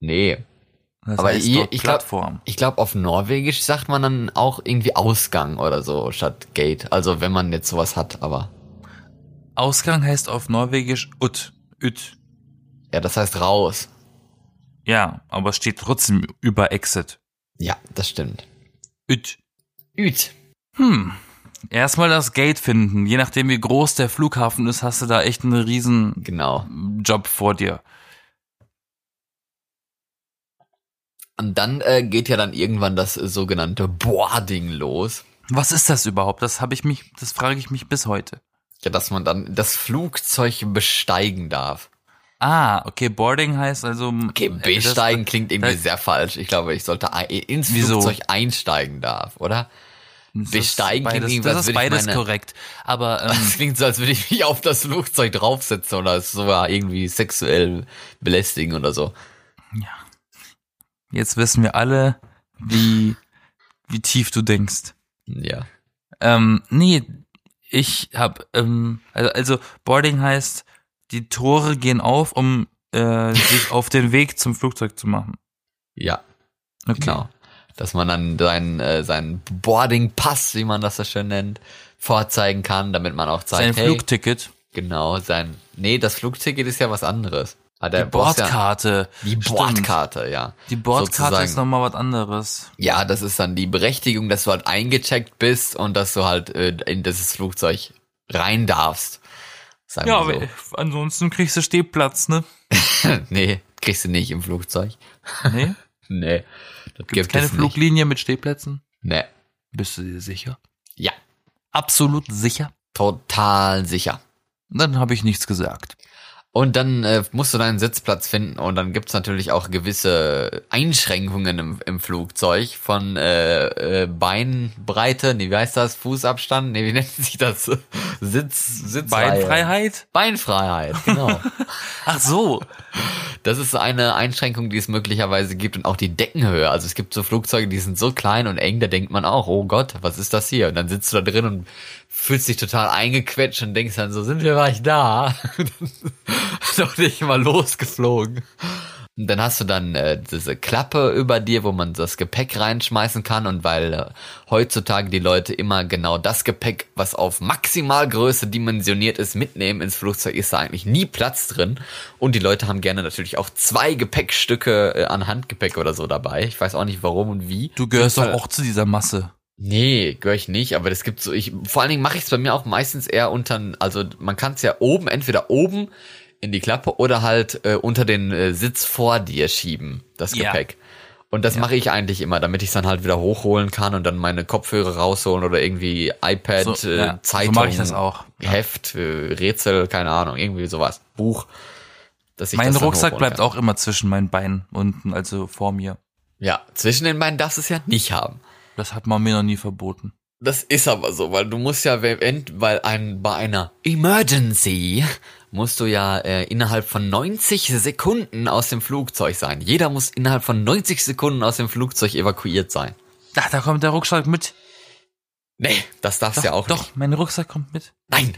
[SPEAKER 1] Nee.
[SPEAKER 2] Das
[SPEAKER 1] Aber
[SPEAKER 2] heißt
[SPEAKER 1] ich-
[SPEAKER 2] dort
[SPEAKER 1] ich glaub-
[SPEAKER 2] Plattform.
[SPEAKER 1] Ich glaube, auf Norwegisch sagt man dann auch irgendwie Ausgang oder so statt Gate. Also wenn man jetzt sowas hat, aber.
[SPEAKER 2] Ausgang heißt auf Norwegisch ut. Ut.
[SPEAKER 1] Ja, das heißt raus.
[SPEAKER 2] Ja, aber es steht trotzdem über Exit.
[SPEAKER 1] Ja, das stimmt.
[SPEAKER 2] Ut.
[SPEAKER 1] Üt.
[SPEAKER 2] Hm. Erstmal das Gate finden. Je nachdem, wie groß der Flughafen ist, hast du da echt einen riesen
[SPEAKER 1] Genau.
[SPEAKER 2] Job vor dir.
[SPEAKER 1] Und dann äh, geht ja dann irgendwann das äh, sogenannte Boarding los.
[SPEAKER 2] Was ist das überhaupt? Das habe ich mich, das frage ich mich bis heute.
[SPEAKER 1] Ja, dass man dann das Flugzeug besteigen darf.
[SPEAKER 2] Ah, okay, Boarding heißt also.
[SPEAKER 1] Okay,
[SPEAKER 2] äh, das-
[SPEAKER 1] besteigen klingt irgendwie
[SPEAKER 2] das-
[SPEAKER 1] sehr falsch. Ich glaube, ich sollte ein, ins
[SPEAKER 2] Wieso?
[SPEAKER 1] Flugzeug einsteigen darf, oder?
[SPEAKER 2] das
[SPEAKER 1] besteigen
[SPEAKER 2] ist
[SPEAKER 1] klingt
[SPEAKER 2] beides,
[SPEAKER 1] irgendwie, als
[SPEAKER 2] Das ist
[SPEAKER 1] würde ich
[SPEAKER 2] beides
[SPEAKER 1] meine-
[SPEAKER 2] korrekt. Aber ähm,
[SPEAKER 1] Das klingt so, als würde ich mich auf das Flugzeug draufsetzen oder es sogar irgendwie sexuell belästigen oder so.
[SPEAKER 2] jetzt wissen wir alle, wie, wie tief du denkst.
[SPEAKER 1] Ja.
[SPEAKER 2] Ähm, nee, ich hab, ähm, also, also Boarding heißt, die Tore gehen auf, um äh, sich auf den Weg zum Flugzeug zu machen.
[SPEAKER 1] Ja,
[SPEAKER 2] Okay.
[SPEAKER 1] genau. Dass man dann seinen, äh, seinen Boarding-Pass, wie man das so schön nennt, vorzeigen kann, damit man auch
[SPEAKER 2] Sein
[SPEAKER 1] zeigt, hey,
[SPEAKER 2] Flugticket,
[SPEAKER 1] genau, sein, nee, das Flugticket ist ja was anderes. Hat
[SPEAKER 2] die
[SPEAKER 1] der Boss ja,
[SPEAKER 2] Bordkarte.
[SPEAKER 1] die
[SPEAKER 2] Stimmt.
[SPEAKER 1] Bordkarte, ja.
[SPEAKER 2] Die Bordkarte
[SPEAKER 1] sozusagen.
[SPEAKER 2] ist nochmal was anderes.
[SPEAKER 1] Ja, das ist dann die Berechtigung, dass du halt eingecheckt bist und dass du halt äh, in dieses Flugzeug rein darfst. Sagen
[SPEAKER 2] Ja,
[SPEAKER 1] wir
[SPEAKER 2] aber ansonsten kriegst du Stehplatz, ne?
[SPEAKER 1] so. nee, kriegst du nicht im Flugzeug.
[SPEAKER 2] Nee?
[SPEAKER 1] Nee, das
[SPEAKER 2] Gibt's
[SPEAKER 1] gibt
[SPEAKER 2] keine
[SPEAKER 1] es nicht.
[SPEAKER 2] Fluglinie mit Stehplätzen?
[SPEAKER 1] Nee.
[SPEAKER 2] Bist du dir sicher?
[SPEAKER 1] Ja,
[SPEAKER 2] Absolut sicher?
[SPEAKER 1] total sicher.
[SPEAKER 2] Dann habe ich nichts gesagt.
[SPEAKER 1] Und dann äh, musst du deinen Sitzplatz finden und dann gibt's natürlich auch gewisse Einschränkungen im, im Flugzeug von äh, äh, Beinbreite, nee, wie heißt das? Fußabstand? Nee, wie nennt sich das? Sitz, Sitzreihe.
[SPEAKER 2] Beinfreiheit?
[SPEAKER 1] Beinfreiheit, genau.
[SPEAKER 2] Ach so.
[SPEAKER 1] Das ist eine Einschränkung, die es möglicherweise gibt und auch die Deckenhöhe. Also es gibt so Flugzeuge, die sind so klein und eng, da denkt man auch, oh Gott, was ist das hier? Und dann sitzt du da drin und fühlst dich total eingequetscht und denkst dann so, sind wir gleich da? Doch nicht mal losgeflogen. Und dann hast du dann äh, diese Klappe über dir, wo man das Gepäck reinschmeißen kann. Und weil äh, heutzutage die Leute immer genau das Gepäck, was auf Maximalgröße dimensioniert ist, mitnehmen ins Flugzeug, ist da eigentlich nie Platz drin. Und die Leute haben gerne natürlich auch zwei Gepäckstücke äh, an Handgepäck oder so dabei. Ich weiß auch nicht warum und wie. Äh,
[SPEAKER 2] Du gehörst
[SPEAKER 1] Auf
[SPEAKER 2] doch
[SPEAKER 1] jeden Fall-
[SPEAKER 2] auch zu dieser Masse.
[SPEAKER 1] Nee, gehöre ich nicht, aber das gibt so, ich, vor allen Dingen mache ich es bei mir auch meistens eher unter, also man kann es ja oben, entweder oben in die Klappe oder halt äh, unter den äh, Sitz vor dir schieben, das
[SPEAKER 2] Ja.
[SPEAKER 1] Gepäck. Und das mache ich eigentlich immer, damit ich es dann halt wieder hochholen kann und dann meine Kopfhörer rausholen oder irgendwie iPad,
[SPEAKER 2] So,
[SPEAKER 1] äh,
[SPEAKER 2] ja, so
[SPEAKER 1] Zeitung.
[SPEAKER 2] mache ich das auch. Ja.
[SPEAKER 1] Heft, äh, Rätsel, keine Ahnung, irgendwie sowas, Buch. Dass ich
[SPEAKER 2] Mein
[SPEAKER 1] das dann
[SPEAKER 2] Rucksack
[SPEAKER 1] hochholen
[SPEAKER 2] bleibt
[SPEAKER 1] kann.
[SPEAKER 2] auch immer zwischen meinen Beinen unten, also vor mir.
[SPEAKER 1] Ja, zwischen den beiden darfst du es ja nicht haben.
[SPEAKER 2] Das hat man mir noch nie verboten.
[SPEAKER 1] Das ist aber so, weil du musst ja, wenn- ent- weil ein, bei einer Emergency musst du ja äh, innerhalb von 90 Sekunden aus dem Flugzeug sein. Jeder muss innerhalb von 90 Sekunden aus dem Flugzeug evakuiert sein.
[SPEAKER 2] Ach, da kommt der Rucksack mit.
[SPEAKER 1] Nee, das darfst
[SPEAKER 2] Doch,
[SPEAKER 1] ja auch
[SPEAKER 2] doch
[SPEAKER 1] nicht.
[SPEAKER 2] mein Rucksack kommt mit.
[SPEAKER 1] Nein,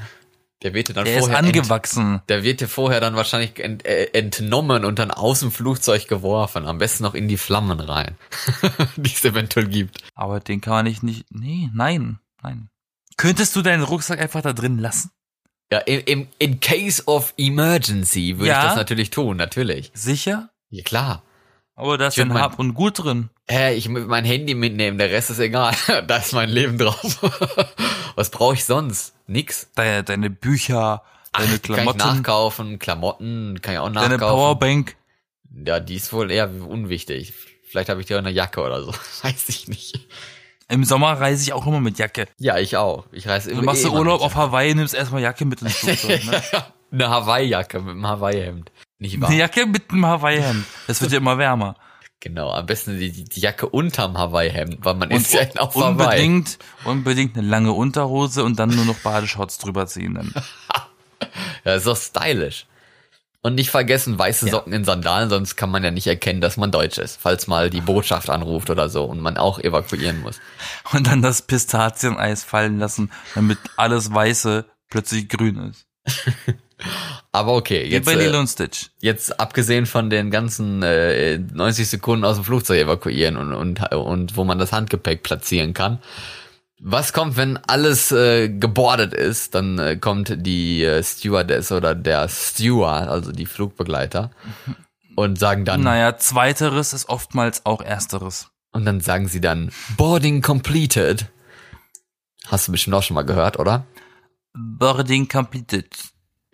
[SPEAKER 1] der wird dir dann
[SPEAKER 2] Der ist
[SPEAKER 1] vorher ent,
[SPEAKER 2] angewachsen.
[SPEAKER 1] der wird dir vorher dann wahrscheinlich ent, äh, entnommen und dann aus dem Flugzeug geworfen. Am besten noch in die Flammen rein, die es eventuell gibt.
[SPEAKER 2] Aber den kann man nicht, nicht. Nee, nein, nein. Könntest du deinen Rucksack einfach da drin lassen?
[SPEAKER 1] Ja, in, in, in case of emergency würde
[SPEAKER 2] Ja.
[SPEAKER 1] ich das natürlich tun, natürlich.
[SPEAKER 2] Sicher?
[SPEAKER 1] Ja, klar.
[SPEAKER 2] Aber da ist
[SPEAKER 1] Schön,
[SPEAKER 2] ein
[SPEAKER 1] Mann.
[SPEAKER 2] Hab und Gut drin.
[SPEAKER 1] Hä, ich will mein Handy mitnehmen, der Rest ist egal. da ist mein Leben drauf. Was brauche ich sonst? Nix.
[SPEAKER 2] Deine, deine Bücher, deine
[SPEAKER 1] Kann ich
[SPEAKER 2] Klamotten,
[SPEAKER 1] nachkaufen, Klamotten kann ich auch
[SPEAKER 2] deine
[SPEAKER 1] nachkaufen.
[SPEAKER 2] Powerbank.
[SPEAKER 1] ja, die ist wohl eher unwichtig. Vielleicht habe ich dir eine Jacke oder so. Weiß ich nicht.
[SPEAKER 2] Im Sommer reise ich auch immer mit Jacke.
[SPEAKER 1] Ja, ich auch. Ich reise
[SPEAKER 2] Du
[SPEAKER 1] immer.
[SPEAKER 2] machst
[SPEAKER 1] eh
[SPEAKER 2] du
[SPEAKER 1] immer
[SPEAKER 2] Urlaub
[SPEAKER 1] mit.
[SPEAKER 2] auf Hawaii, nimmst erstmal Jacke mit ins Flugzeug. Ne?
[SPEAKER 1] Eine Hawaii-Jacke mit einem Hawaii-Hemd. Nicht wahr?
[SPEAKER 2] Eine Jacke mit einem Hawaii-Hemd. Das wird ja immer wärmer.
[SPEAKER 1] Genau. Am besten die, die die Jacke unterm Hawaii-Hemd, weil man ist
[SPEAKER 2] Und
[SPEAKER 1] ja auf Hawaii.
[SPEAKER 2] unbedingt, unbedingt eine lange Unterhose und dann nur noch Badeshorts drüber ziehen. Dann.
[SPEAKER 1] Ja, ist doch stylisch. Und nicht vergessen, weiße
[SPEAKER 2] Ja.
[SPEAKER 1] Socken in Sandalen, sonst kann man ja nicht erkennen, dass man Deutsch ist, falls mal die Botschaft anruft oder so und man auch evakuieren muss.
[SPEAKER 2] Und dann das Pistazieneis fallen lassen, damit alles Weiße plötzlich grün ist.
[SPEAKER 1] Aber okay,
[SPEAKER 2] Wie
[SPEAKER 1] jetzt,
[SPEAKER 2] bei Lilo
[SPEAKER 1] äh,
[SPEAKER 2] und Stitch.
[SPEAKER 1] jetzt abgesehen von den ganzen äh, 90 Sekunden aus dem Flugzeug evakuieren und, und, und wo man das Handgepäck platzieren kann. Was kommt, wenn alles äh, gebordet ist? Dann äh, kommt die äh, Stewardess oder der Steward, also die Flugbegleiter, und sagen dann,
[SPEAKER 2] Naja, zweiteres ist oftmals auch ersteres.
[SPEAKER 1] Und dann sagen sie dann, Boarding completed. Hast du bestimmt auch schon mal gehört, oder?
[SPEAKER 2] Boarding completed.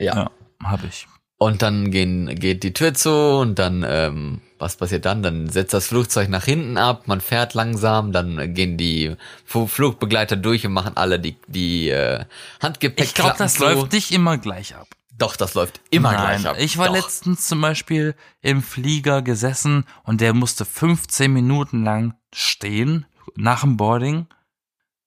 [SPEAKER 1] Ja.
[SPEAKER 2] hab ich.
[SPEAKER 1] Und dann gehen, geht die Tür zu und dann, ähm, was passiert dann? Dann setzt das Flugzeug nach hinten ab, man fährt langsam, dann gehen die Fu- Flugbegleiter durch und machen alle die, die äh, Handgepäck.
[SPEAKER 2] Ich glaube, das läuft nicht immer gleich ab.
[SPEAKER 1] Doch, das läuft immer
[SPEAKER 2] Nein,
[SPEAKER 1] gleich ab.
[SPEAKER 2] ich war
[SPEAKER 1] Doch.
[SPEAKER 2] letztens zum Beispiel im Flieger gesessen und der musste 15 Minuten lang stehen nach dem Boarding,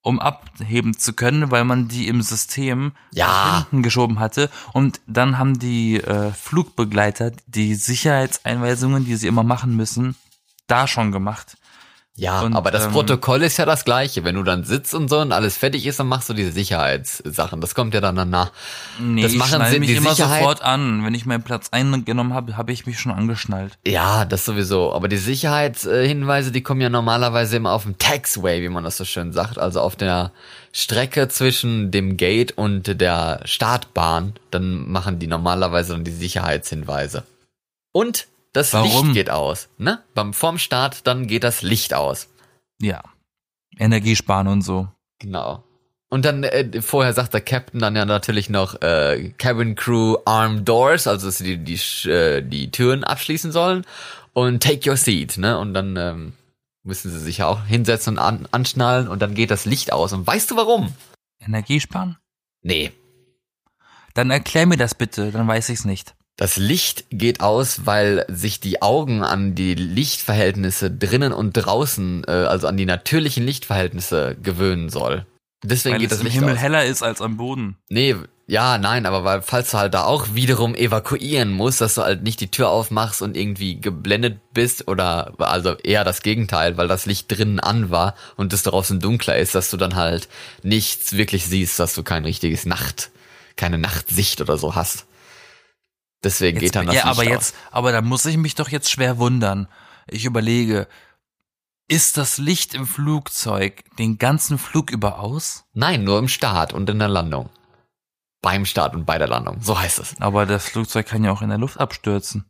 [SPEAKER 2] um abheben zu können, weil man die im System nach
[SPEAKER 1] Ja.
[SPEAKER 2] hinten geschoben hatte. Und dann haben die äh, Flugbegleiter die Sicherheitseinweisungen, die sie immer machen müssen, da schon gemacht.
[SPEAKER 1] Ja,
[SPEAKER 2] Und,
[SPEAKER 1] aber das
[SPEAKER 2] ähm,
[SPEAKER 1] Protokoll ist ja das gleiche. Wenn du dann sitzt und so und alles fertig ist, dann machst du diese Sicherheitssachen. Das kommt ja dann danach.
[SPEAKER 2] Nee,
[SPEAKER 1] Das
[SPEAKER 2] ich
[SPEAKER 1] machen
[SPEAKER 2] schnall
[SPEAKER 1] sie-
[SPEAKER 2] mich
[SPEAKER 1] die
[SPEAKER 2] immer
[SPEAKER 1] Sicherheit-
[SPEAKER 2] sofort an. Wenn ich meinen Platz eingenommen habe, habe ich mich schon angeschnallt.
[SPEAKER 1] Ja, das sowieso. Aber die Sicherheitshinweise, die kommen ja normalerweise immer auf dem Taxway, wie man das so schön sagt. Also auf der Strecke zwischen dem Gate und der Startbahn. Dann machen die normalerweise dann die Sicherheitshinweise. Und das
[SPEAKER 2] Warum?
[SPEAKER 1] Licht geht aus. Ne? Beim vorm Start, dann geht das Licht aus.
[SPEAKER 2] Ja. Energiesparen und so.
[SPEAKER 1] Genau. Und dann äh, vorher sagt der Captain dann ja natürlich noch äh, Cabin Crew Arm Doors, also dass sie die, die, Sch- äh, die Türen abschließen sollen und Take Your Seat, ne? Und dann ähm, müssen sie sich ja auch hinsetzen und an, anschnallen und dann geht das Licht aus. Und weißt du warum?
[SPEAKER 2] Energiesparen?
[SPEAKER 1] Nee.
[SPEAKER 2] Dann erklär mir das bitte, dann weiß ich's nicht.
[SPEAKER 1] Das Licht geht aus, weil sich die Augen an die Lichtverhältnisse drinnen und draußen, äh, also an die natürlichen Lichtverhältnisse gewöhnen soll. Deswegen
[SPEAKER 2] Weil
[SPEAKER 1] geht
[SPEAKER 2] es
[SPEAKER 1] das
[SPEAKER 2] im
[SPEAKER 1] Licht
[SPEAKER 2] Himmel
[SPEAKER 1] aus.
[SPEAKER 2] heller ist als am Boden.
[SPEAKER 1] Nee, ja, nein, aber weil, falls du halt da auch wiederum evakuieren musst, dass du halt nicht die Tür aufmachst und irgendwie geblendet bist oder, also eher das Gegenteil, weil das Licht drinnen an war und es draußen dunkler ist, dass du dann halt nichts wirklich siehst, dass du kein richtiges Nacht, keine Nachtsicht oder so hast. Deswegen geht dann das
[SPEAKER 2] ja,
[SPEAKER 1] Licht aus.
[SPEAKER 2] aber jetzt, aber da muss ich mich doch jetzt schwer wundern. Ich überlege, ist das Licht im Flugzeug den ganzen Flug über aus?
[SPEAKER 1] Nein, nur im Start und in der Landung. Beim Start und bei der Landung, so heißt es.
[SPEAKER 2] Aber das Flugzeug kann ja auch in der Luft abstürzen.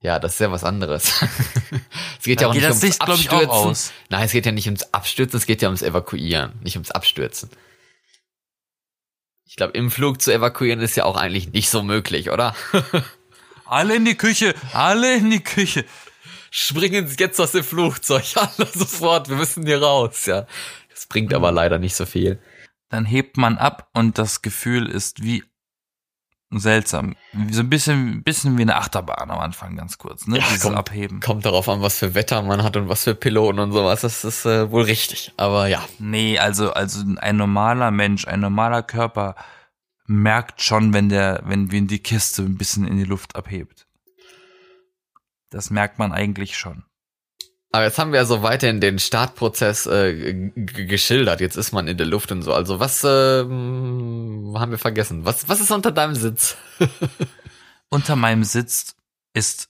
[SPEAKER 1] Ja, das ist ja was anderes. es geht ja
[SPEAKER 2] Da
[SPEAKER 1] auch
[SPEAKER 2] geht
[SPEAKER 1] nicht
[SPEAKER 2] das
[SPEAKER 1] ums
[SPEAKER 2] Licht, glaub ich, auch
[SPEAKER 1] Abstürzen.
[SPEAKER 2] aus.
[SPEAKER 1] Nein, es geht ja nicht ums Abstürzen, es geht ja ums Evakuieren, nicht ums Abstürzen. Ich glaube, im Flug zu evakuieren ist ja auch eigentlich nicht so möglich, oder?
[SPEAKER 2] Alle in die Küche, alle in die Küche.
[SPEAKER 1] Springen Sie jetzt aus dem Flugzeug, alle sofort, wir müssen hier raus, ja. Das bringt aber leider nicht so viel.
[SPEAKER 2] Dann hebt man ab und das Gefühl ist wie seltsam. Wie- So ein bisschen, bisschen wie eine Achterbahn am Anfang, ganz kurz, ne?
[SPEAKER 1] Ja,
[SPEAKER 2] Dieses
[SPEAKER 1] komm,
[SPEAKER 2] Abheben.
[SPEAKER 1] Kommt darauf an, was für Wetter man hat und was für Piloten und sowas, das ist äh, wohl richtig. Aber ja,
[SPEAKER 2] Nee, also, also ein normaler Mensch, ein normaler Körper merkt schon, wenn der, wenn wir die Kiste ein bisschen in die Luft abhebt. Das merkt man eigentlich schon.
[SPEAKER 1] Aber jetzt haben wir ja so weiterhin den Startprozess äh, g- g- geschildert. Jetzt ist man in der Luft und so. Also was ähm, haben wir vergessen? Was, was ist unter deinem Sitz?
[SPEAKER 2] Unter meinem Sitz ist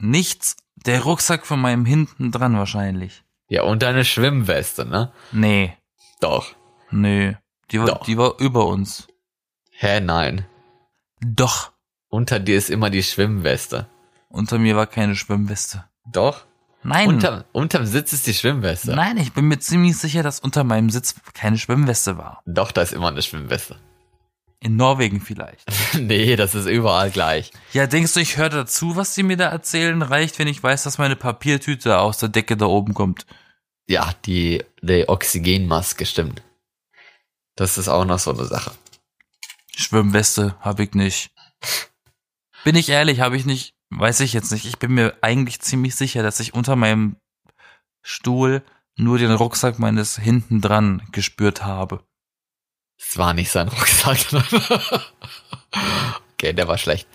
[SPEAKER 2] nichts, der Rucksack von meinem hinten dran wahrscheinlich.
[SPEAKER 1] Ja, und deine Schwimmweste, ne?
[SPEAKER 2] Nee,
[SPEAKER 1] Doch.
[SPEAKER 2] nee, die war,
[SPEAKER 1] Doch.
[SPEAKER 2] die war über uns.
[SPEAKER 1] Hä, nein.
[SPEAKER 2] Doch,
[SPEAKER 1] Unter dir ist immer die Schwimmweste.
[SPEAKER 2] unter mir war keine Schwimmweste.
[SPEAKER 1] Doch.
[SPEAKER 2] Nein,
[SPEAKER 1] Unter, unterm Sitz ist die Schwimmweste.
[SPEAKER 2] nein, ich bin mir ziemlich sicher, dass unter meinem Sitz keine Schwimmweste war.
[SPEAKER 1] Doch, da ist immer eine Schwimmweste.
[SPEAKER 2] In Norwegen vielleicht.
[SPEAKER 1] nee, das ist überall gleich.
[SPEAKER 2] Ja, denkst du, ich höre dazu, was sie mir da erzählen? Reicht, wenn ich weiß, dass meine Papiertüte aus der Decke da oben kommt.
[SPEAKER 1] Ja, die, die Oxygenmaske, stimmt. Das ist auch noch so eine Sache.
[SPEAKER 2] Schwimmweste habe ich nicht. Bin ich ehrlich, habe ich nicht. Weiß ich jetzt nicht. Ich bin mir eigentlich ziemlich sicher, dass ich unter meinem Stuhl nur den Rucksack meines hinten dran gespürt habe.
[SPEAKER 1] Es war nicht sein Rucksack. okay, der war schlecht.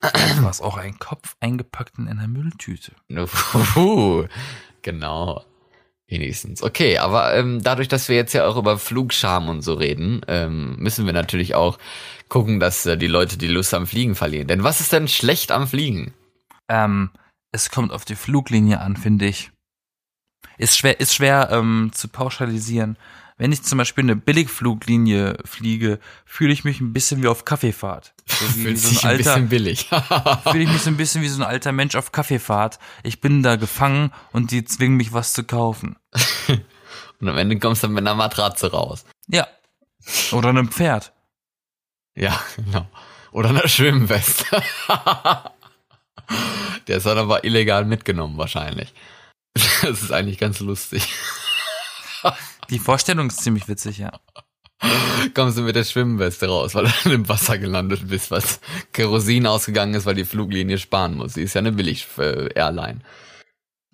[SPEAKER 2] Du hast auch einen Kopf eingepackt in einer Mülltüte.
[SPEAKER 1] Uhuhu. genau. Wenigstens. Okay, aber ähm, dadurch, dass wir jetzt ja auch über Flugscham und so reden, ähm, müssen wir natürlich auch gucken, dass äh, die Leute die Lust am Fliegen verlieren. Denn was ist denn schlecht am Fliegen?
[SPEAKER 2] Ähm, es kommt auf die Fluglinie an, finde ich. Ist schwer, ist schwer ähm, zu pauschalisieren. Wenn ich zum Beispiel eine Billigfluglinie fliege, fühle ich mich ein bisschen wie auf Kaffeefahrt. So wie, wie
[SPEAKER 1] Fühlt
[SPEAKER 2] so
[SPEAKER 1] sich
[SPEAKER 2] ein
[SPEAKER 1] ein
[SPEAKER 2] alter,
[SPEAKER 1] bisschen billig.
[SPEAKER 2] fühle ich mich so ein bisschen wie so ein alter Mensch auf Kaffeefahrt. Ich bin da gefangen und die zwingen mich, was zu kaufen.
[SPEAKER 1] und am Ende kommst du mit einer Matratze raus.
[SPEAKER 2] Ja. Oder einem Pferd.
[SPEAKER 1] Ja, genau. Oder einer Schwimmweste. Der ist dann aber illegal mitgenommen wahrscheinlich. Das ist eigentlich ganz lustig.
[SPEAKER 2] Die Vorstellung ist ziemlich witzig, ja.
[SPEAKER 1] Kommst du mit der Schwimmweste raus, weil du dann im Wasser gelandet bist, was Kerosin ausgegangen ist, weil die Fluglinie sparen muss. Sie ist ja eine Billig-Airline.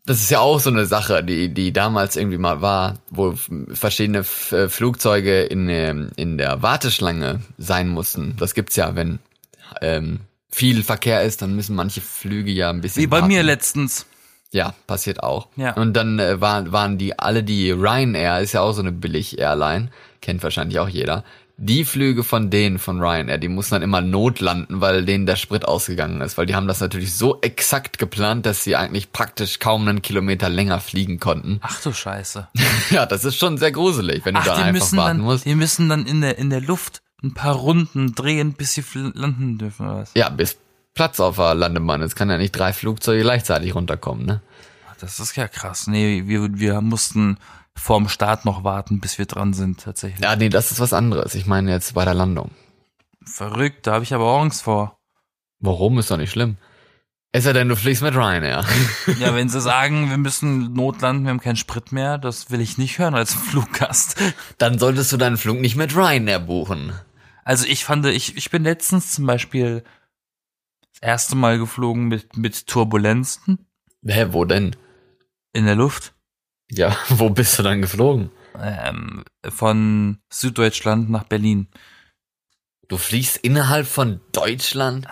[SPEAKER 1] Das ist ja auch so eine Sache, die, die damals irgendwie mal war, wo f- verschiedene F- äh, Flugzeuge in, ähm, in der Warteschlange sein mussten. Das gibt's ja, wenn ähm, viel Verkehr ist, dann müssen manche Flüge ja ein bisschen.
[SPEAKER 2] Wie bei
[SPEAKER 1] warten.
[SPEAKER 2] mir letztens.
[SPEAKER 1] Ja, passiert auch.
[SPEAKER 2] Ja.
[SPEAKER 1] Und dann äh, waren, waren die alle, die Ryanair ist ja auch so eine Billig-Airline, kennt wahrscheinlich auch jeder. Die Flüge von denen von Ryanair, die mussten dann immer notlanden, weil denen der Sprit ausgegangen ist, weil die haben das natürlich so exakt geplant, dass sie eigentlich praktisch kaum einen Kilometer länger fliegen konnten.
[SPEAKER 2] Ach du Scheiße.
[SPEAKER 1] ja, das ist schon sehr gruselig, wenn
[SPEAKER 2] Ach,
[SPEAKER 1] du da
[SPEAKER 2] die
[SPEAKER 1] einfach
[SPEAKER 2] müssen,
[SPEAKER 1] warten
[SPEAKER 2] dann,
[SPEAKER 1] musst.
[SPEAKER 2] die müssen dann in der, in der Luft ein paar Runden drehen, bis sie fl- landen dürfen oder was?
[SPEAKER 1] Ja, bis Platz auf der Landebahn. Es kann ja nicht drei Flugzeuge gleichzeitig runterkommen, ne?
[SPEAKER 2] Das ist ja krass. Nee, wir, wir mussten vorm Start noch warten, bis wir dran sind, tatsächlich.
[SPEAKER 1] Ja, nee, das ist was anderes. Ich meine jetzt bei der Landung.
[SPEAKER 2] Verrückt, da habe ich aber auch Angst vor.
[SPEAKER 1] Warum ist doch nicht schlimm? Es sei denn, du fliegst mit Ryanair.
[SPEAKER 2] Ja, wenn sie sagen, wir müssen notlanden, wir haben keinen Sprit mehr, das will ich nicht hören als Fluggast.
[SPEAKER 1] Dann solltest du deinen Flug nicht mit Ryanair buchen.
[SPEAKER 2] Also ich fand, ich, ich bin letztens zum Beispiel das erste Mal geflogen mit, mit Turbulenzen
[SPEAKER 1] Hä, wo denn?
[SPEAKER 2] in der Luft.
[SPEAKER 1] Ja, wo bist du dann geflogen?
[SPEAKER 2] Ähm, von Süddeutschland nach Berlin.
[SPEAKER 1] Du fliegst innerhalb von Deutschland?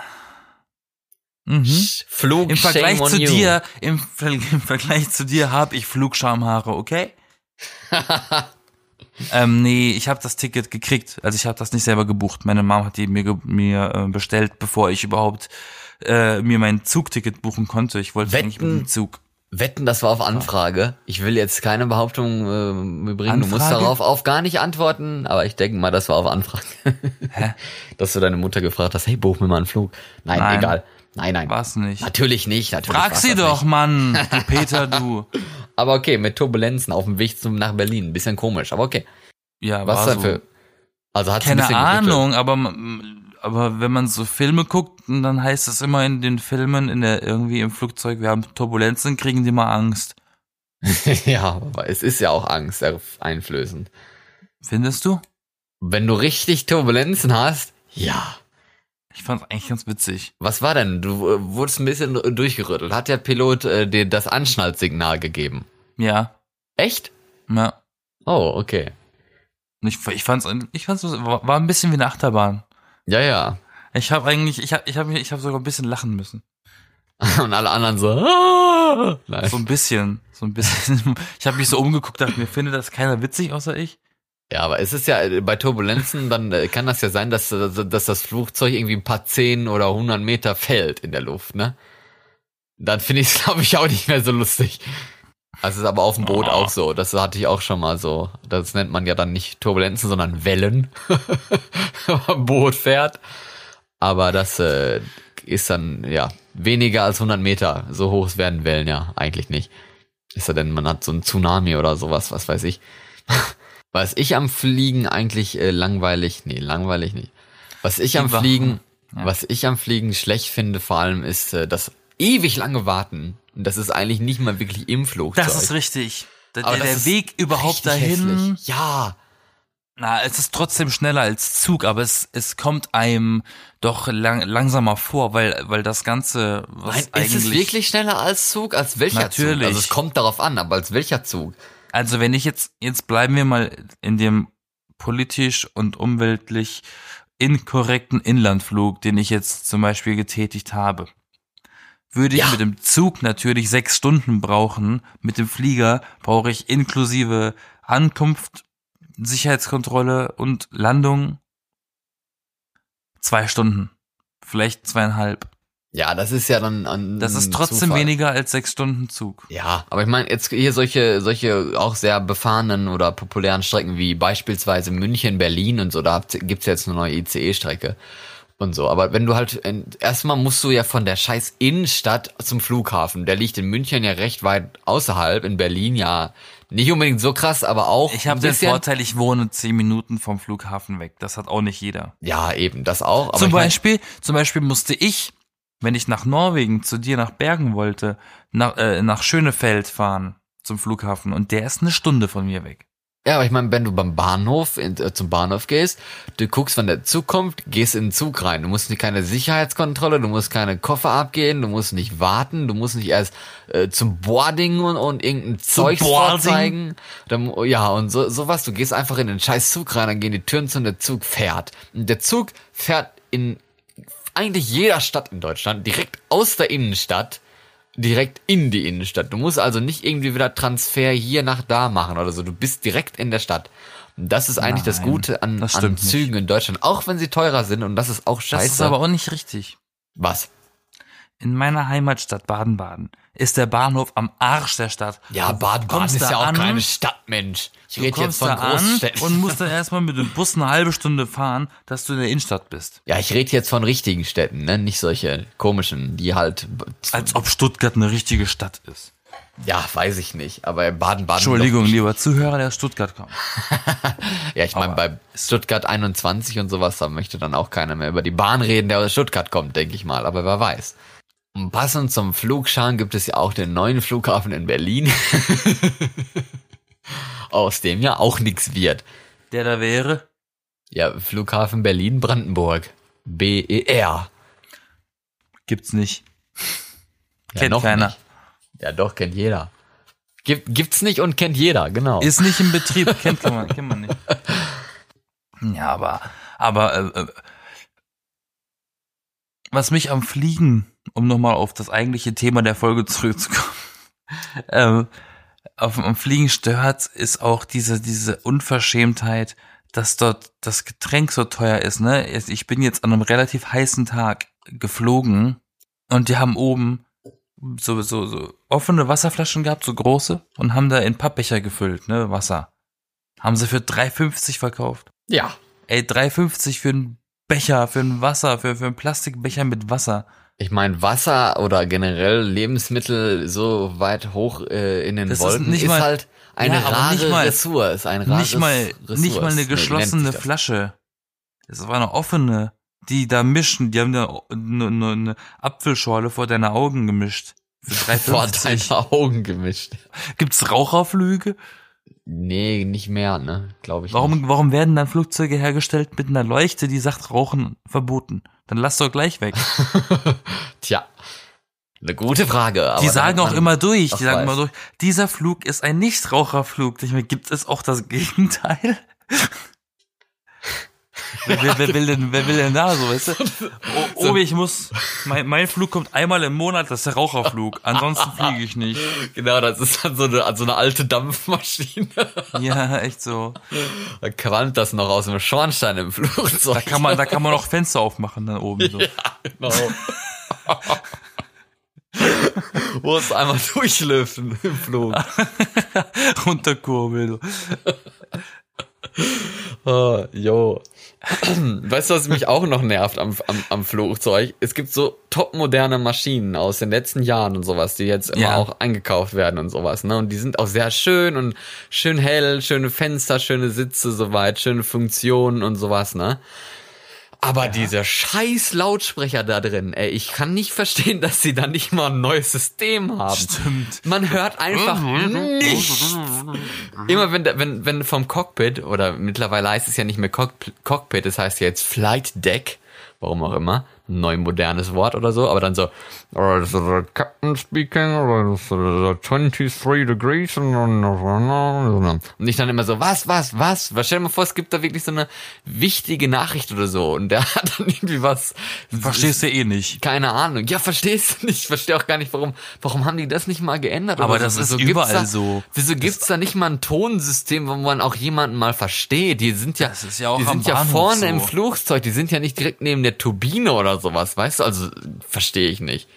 [SPEAKER 2] Mhm.
[SPEAKER 1] Sch- Flug
[SPEAKER 2] Ah, Im Vergleich
[SPEAKER 1] shame on
[SPEAKER 2] zu
[SPEAKER 1] you.
[SPEAKER 2] dir, im, Ver- im Vergleich zu dir habe ich Flugschamhaare, okay? ähm, nee, ich habe das Ticket gekriegt. Also ich habe das nicht selber gebucht. Meine Mom hat die mir, ge- mir äh, bestellt, bevor ich überhaupt äh, mir mein Zugticket buchen konnte. Ich wollte
[SPEAKER 1] Wetten?
[SPEAKER 2] eigentlich mit dem Zug.
[SPEAKER 1] Wetten, das war auf Anfrage. Ich will jetzt keine Behauptung äh, bringen. Du musst
[SPEAKER 2] Anfrage?
[SPEAKER 1] darauf auf gar nicht antworten, aber ich denke mal, das war auf Anfrage.
[SPEAKER 2] Hä?
[SPEAKER 1] Dass du deine Mutter gefragt hast, hey, buch mir mal einen Flug. Nein,
[SPEAKER 2] Nein.
[SPEAKER 1] egal. Nein, nein.
[SPEAKER 2] War's nicht.
[SPEAKER 1] Natürlich nicht. Natürlich
[SPEAKER 2] Frag
[SPEAKER 1] war's
[SPEAKER 2] sie
[SPEAKER 1] das
[SPEAKER 2] doch, Mann. Du Peter, du.
[SPEAKER 1] Nicht. Aber okay, mit Turbulenzen auf dem Weg zum, nach Berlin. Bisschen komisch, aber okay.
[SPEAKER 2] Ja,
[SPEAKER 1] Was
[SPEAKER 2] war
[SPEAKER 1] denn
[SPEAKER 2] so.
[SPEAKER 1] für. Also hat's ein
[SPEAKER 2] Keine
[SPEAKER 1] bisschen gerüttelt.
[SPEAKER 2] Ahnung, aber, man- aber wenn man so Filme guckt, dann heißt es immer in den Filmen, in der, irgendwie im Flugzeug, wir haben Turbulenzen, kriegen die mal Angst.
[SPEAKER 1] ja, aber es ist ja auch Angst äh, einflößend.
[SPEAKER 2] Findest du?
[SPEAKER 1] Wenn du richtig Turbulenzen hast, ja.
[SPEAKER 2] Ich fand's eigentlich ganz witzig.
[SPEAKER 1] Was war denn? Du äh, wurdest ein bisschen durchgerüttelt. Hat der Pilot äh, dir das Anschnallsignal gegeben?
[SPEAKER 2] Ja,
[SPEAKER 1] Echt?
[SPEAKER 2] ja.
[SPEAKER 1] Oh, okay.
[SPEAKER 2] Und ich, ich fand's, ich fand's, war war ein bisschen wie eine Achterbahn.
[SPEAKER 1] Ja, ja.
[SPEAKER 2] Ich habe eigentlich, ich habe, ich habe, ich habe sogar ein bisschen lachen müssen.
[SPEAKER 1] Und alle anderen so. "Ah!" Nein.
[SPEAKER 2] So ein bisschen, so ein bisschen. Ich habe mich so umgeguckt, dachte mir, findet das keiner witzig außer ich?
[SPEAKER 1] Ja, aber es ist ja äh, bei Turbulenzen, dann äh, kann das ja sein, dass, äh, dass das Flugzeug irgendwie ein paar zehn oder hundert Meter fällt in der Luft, ne? Dann finde ich es, glaube ich, auch nicht mehr so lustig. Das ist aber auf dem Boot auch so. Das hatte ich auch schon mal so. Das nennt man ja dann nicht Turbulenzen, sondern Wellen. Wenn man Boot fährt. Aber das äh, ist dann, ja, weniger als 100 Meter. So hoch werden Wellen ja eigentlich nicht. Ist ja denn, man hat so einen Tsunami oder sowas, was weiß ich. Was ich am Fliegen eigentlich äh, langweilig, nee, langweilig nicht. Was ich am
[SPEAKER 2] Überhaupt.
[SPEAKER 1] Fliegen,
[SPEAKER 2] Ja.
[SPEAKER 1] was ich am Fliegen schlecht finde, vor allem ist äh, das ewig lange Warten. Und das ist eigentlich nicht mal wirklich im Flugzeug.
[SPEAKER 2] Das ist richtig. Der,
[SPEAKER 1] Aber
[SPEAKER 2] der,
[SPEAKER 1] das
[SPEAKER 2] der
[SPEAKER 1] ist
[SPEAKER 2] Weg überhaupt
[SPEAKER 1] richtig
[SPEAKER 2] dahin.
[SPEAKER 1] hässlich. Ja,
[SPEAKER 2] Na, es ist trotzdem schneller als Zug, aber es, es kommt einem doch lang, langsamer vor, weil, weil das Ganze, was
[SPEAKER 1] Nein,
[SPEAKER 2] eigentlich.
[SPEAKER 1] ist es wirklich schneller als Zug? Als welcher Zug?
[SPEAKER 2] Natürlich.
[SPEAKER 1] Also es kommt darauf an, aber als welcher Zug?
[SPEAKER 2] Also wenn ich jetzt, jetzt bleiben wir mal in dem politisch und umweltlich inkorrekten Inlandflug, den ich jetzt zum Beispiel getätigt habe. Würde
[SPEAKER 1] Ja.
[SPEAKER 2] ich mit dem Zug natürlich sechs Stunden brauchen, mit dem Flieger brauche ich inklusive Ankunft, Sicherheitskontrolle und Landung zwei Stunden. Vielleicht zweieinhalb.
[SPEAKER 1] Ja, das ist ja dann an
[SPEAKER 2] Das ist trotzdem
[SPEAKER 1] Hm, Zufall.
[SPEAKER 2] weniger als sechs Stunden Zug.
[SPEAKER 1] Ja, aber ich meine, jetzt hier solche, solche auch sehr befahrenen oder populären Strecken wie beispielsweise München, Berlin und so, da habt- gibt's jetzt eine neue ICE-Strecke. und so. Aber wenn du halt, in- erstmal musst du ja von der scheiß Innenstadt zum Flughafen. Der liegt in München ja recht weit außerhalb, in Berlin ja nicht unbedingt so krass, aber auch.
[SPEAKER 2] Ich habe
[SPEAKER 1] ein
[SPEAKER 2] den
[SPEAKER 1] bisschen.
[SPEAKER 2] Vorteil, ich wohne zehn Minuten vom Flughafen weg. Das hat auch nicht jeder.
[SPEAKER 1] Ja, eben, das auch. Aber
[SPEAKER 2] zum
[SPEAKER 1] ich mein-
[SPEAKER 2] Beispiel, zum Beispiel musste ich, wenn ich nach Norwegen zu dir nach Bergen wollte, nach, äh, nach Schönefeld fahren zum Flughafen und der ist eine Stunde von mir weg.
[SPEAKER 1] Ja, aber ich meine, wenn du beim Bahnhof in, äh, zum Bahnhof gehst, du guckst, wann der Zug kommt, gehst in den Zug rein. Du musst nicht keine Sicherheitskontrolle, du musst keine Koffer abgehen, du musst nicht warten, du musst nicht erst äh, zum Boarding und, und irgendein Zeug
[SPEAKER 2] Boarding?
[SPEAKER 1] vorzeigen. Dann, ja, und so, sowas. Du gehst einfach in den scheiß Zug rein, dann gehen die Türen zu und der Zug fährt. Und der Zug fährt in eigentlich jeder Stadt in Deutschland direkt aus der Innenstadt direkt in die Innenstadt. Du musst also nicht irgendwie wieder Transfer hier nach da machen oder so. Du bist direkt in der Stadt. Und Das ist eigentlich das
[SPEAKER 2] Nein,
[SPEAKER 1] Gute an,
[SPEAKER 2] das
[SPEAKER 1] an
[SPEAKER 2] stimmt nicht.
[SPEAKER 1] Zügen in Deutschland, auch wenn sie teurer sind und das ist auch
[SPEAKER 2] Das
[SPEAKER 1] scheiße.
[SPEAKER 2] ist aber auch nicht richtig.
[SPEAKER 1] Was?
[SPEAKER 2] In meiner Heimatstadt Baden-Baden ist der Bahnhof am Arsch der Stadt.
[SPEAKER 1] Ja,
[SPEAKER 2] Du
[SPEAKER 1] Baden-Baden
[SPEAKER 2] kommst
[SPEAKER 1] ist
[SPEAKER 2] da
[SPEAKER 1] ja auch
[SPEAKER 2] an,
[SPEAKER 1] keine Stadt, Mensch. Ich
[SPEAKER 2] Du
[SPEAKER 1] rede jetzt
[SPEAKER 2] kommst
[SPEAKER 1] von
[SPEAKER 2] da an
[SPEAKER 1] Großstädten.
[SPEAKER 2] und musst dann erstmal mit dem Bus eine halbe Stunde fahren, dass du in der Innenstadt bist.
[SPEAKER 1] ja, ich rede jetzt von richtigen Städten, ne? Nicht solche komischen, die halt.
[SPEAKER 2] Als ob Stuttgart eine richtige Stadt ist.
[SPEAKER 1] Ja, weiß ich nicht. Aber Baden-Baden.
[SPEAKER 2] Entschuldigung, lieber Zuhörer, der aus Stuttgart kommt.
[SPEAKER 1] Ja, ich meine, bei Stuttgart 21 und sowas, da möchte dann auch keiner mehr über die Bahn reden, der aus Stuttgart kommt, denke ich mal. Aber wer weiß. Und passend zum Flugscharen gibt es ja auch den neuen Flughafen in Berlin. aus dem ja auch nichts wird.
[SPEAKER 2] Der da wäre,
[SPEAKER 1] Ja, Flughafen Berlin-Brandenburg. E BER.
[SPEAKER 2] gibt's nicht.
[SPEAKER 1] Ja,
[SPEAKER 2] Kennt keiner.
[SPEAKER 1] Nicht. Ja, doch, kennt jeder. Gibt, gibt's nicht und kennt jeder, genau.
[SPEAKER 2] Ist nicht im Betrieb, kennt man, kennt man nicht. Ja, aber, aber äh, äh, was mich am Fliegen, um nochmal auf das eigentliche Thema der Folge zurückzukommen, ähm, auf, am Fliegen stört, ist auch diese, diese Unverschämtheit, dass dort das Getränk so teuer ist. Ne? Ich bin jetzt an einem relativ heißen Tag geflogen und die haben oben so, so, so offene Wasserflaschen gehabt, so große, und haben da in Pappbecher gefüllt, ne, Wasser. Haben sie für 3,50 verkauft.
[SPEAKER 1] ja.
[SPEAKER 2] Ey, 3,50 für einen Becher, für ein Wasser, für, für einen Plastikbecher mit Wasser.
[SPEAKER 1] Ich meine, Wasser oder generell Lebensmittel so weit hoch äh, in den
[SPEAKER 2] Das ist
[SPEAKER 1] Wolken ist,
[SPEAKER 2] nicht mal-
[SPEAKER 1] halt eine
[SPEAKER 2] Ja, aber
[SPEAKER 1] rare
[SPEAKER 2] nicht mal-
[SPEAKER 1] Ressource, ein rares
[SPEAKER 2] Nicht mal,
[SPEAKER 1] Ressource. Nee,
[SPEAKER 2] nicht mal eine
[SPEAKER 1] nennt sich
[SPEAKER 2] geschlossene
[SPEAKER 1] das.
[SPEAKER 2] Flasche. Es war eine offene, die da mischen, die haben da eine, eine, eine Apfelschorle vor deine Augen gemischt. Für
[SPEAKER 1] Vor
[SPEAKER 2] 3,50.
[SPEAKER 1] deine Augen gemischt.
[SPEAKER 2] Gibt's Raucherflüge?
[SPEAKER 1] Nee, nicht mehr, ne? Glaube ich nicht.
[SPEAKER 2] Warum, warum werden dann Flugzeuge hergestellt mit einer Leuchte, die sagt Rauchen verboten? Dann lass doch gleich weg.
[SPEAKER 1] Tja, eine gute Frage. Aber
[SPEAKER 2] die sagen
[SPEAKER 1] damit
[SPEAKER 2] auch
[SPEAKER 1] man-
[SPEAKER 2] immer durch,
[SPEAKER 1] das
[SPEAKER 2] die sagen
[SPEAKER 1] weiß.
[SPEAKER 2] immer durch, dieser Flug ist ein Nichtraucherflug. Ich meine, gibt es auch das Gegenteil? wer, wer, wer, will denn, wer will denn da so, weißt du? Oh, oh ich muss, mein, mein Flug kommt einmal im Monat, das ist der Raucherflug. Ansonsten fliege ich nicht.
[SPEAKER 1] Genau, das ist dann so eine, so eine alte Dampfmaschine.
[SPEAKER 2] Ja, echt so.
[SPEAKER 1] da qualmt das noch aus dem Schornstein im Flugzeug.
[SPEAKER 2] Da kann man, da kann man auch Fenster aufmachen dann oben so.
[SPEAKER 1] Genau. Wo es einmal durchlüften im Flug.
[SPEAKER 2] Runterkurbeln. So.
[SPEAKER 1] Ah, jo. Weißt du, was mich auch noch nervt am, am, am Flugzeug? Es gibt so topmoderne Maschinen aus den letzten Jahren und sowas, die jetzt immer
[SPEAKER 2] Ja.
[SPEAKER 1] auch eingekauft werden und sowas, ne? Und die sind auch sehr schön und schön hell, schöne Fenster, schöne Sitze soweit, schöne Funktionen und sowas, ne? Aber diese scheiß Lautsprecher da drin, ey, ich kann nicht verstehen, dass sie da nicht mal ein neues System haben.
[SPEAKER 2] Stimmt.
[SPEAKER 1] Man hört einfach nichts. Immer wenn, der- wenn, wenn vom Cockpit, oder mittlerweile heißt es ja nicht mehr Cock, Cockpit, es heißt ja jetzt Flight Deck, warum auch immer, ein neu modernes Wort oder so, aber dann so, "Oh,
[SPEAKER 3] Alright, so the captain speaking, alright, so the 23 degrees, and
[SPEAKER 1] und ich dann immer so, was, was, was, was, stell dir mal vor, es gibt da wirklich so eine wichtige Nachricht oder so, und der hat dann irgendwie was,
[SPEAKER 2] Verstehst du eh nicht.
[SPEAKER 1] keine Ahnung, ja, verstehst du nicht, ich verstehe auch gar nicht, warum, warum haben die das nicht mal geändert?
[SPEAKER 2] Aber
[SPEAKER 1] oder
[SPEAKER 2] das ist
[SPEAKER 1] Wieso gibt's
[SPEAKER 2] überall
[SPEAKER 1] da,
[SPEAKER 2] so.
[SPEAKER 1] Wieso gibt's da nicht mal ein Tonsystem, wo man auch jemanden mal versteht? Die sind ja,
[SPEAKER 2] Das ist ja auch
[SPEAKER 1] die
[SPEAKER 2] am
[SPEAKER 1] sind ja
[SPEAKER 2] Bahnhof
[SPEAKER 1] vorne
[SPEAKER 2] so.
[SPEAKER 1] im Flugzeug, die sind ja nicht direkt neben der Turbine oder sowas, weißt du? Also verstehe ich nicht.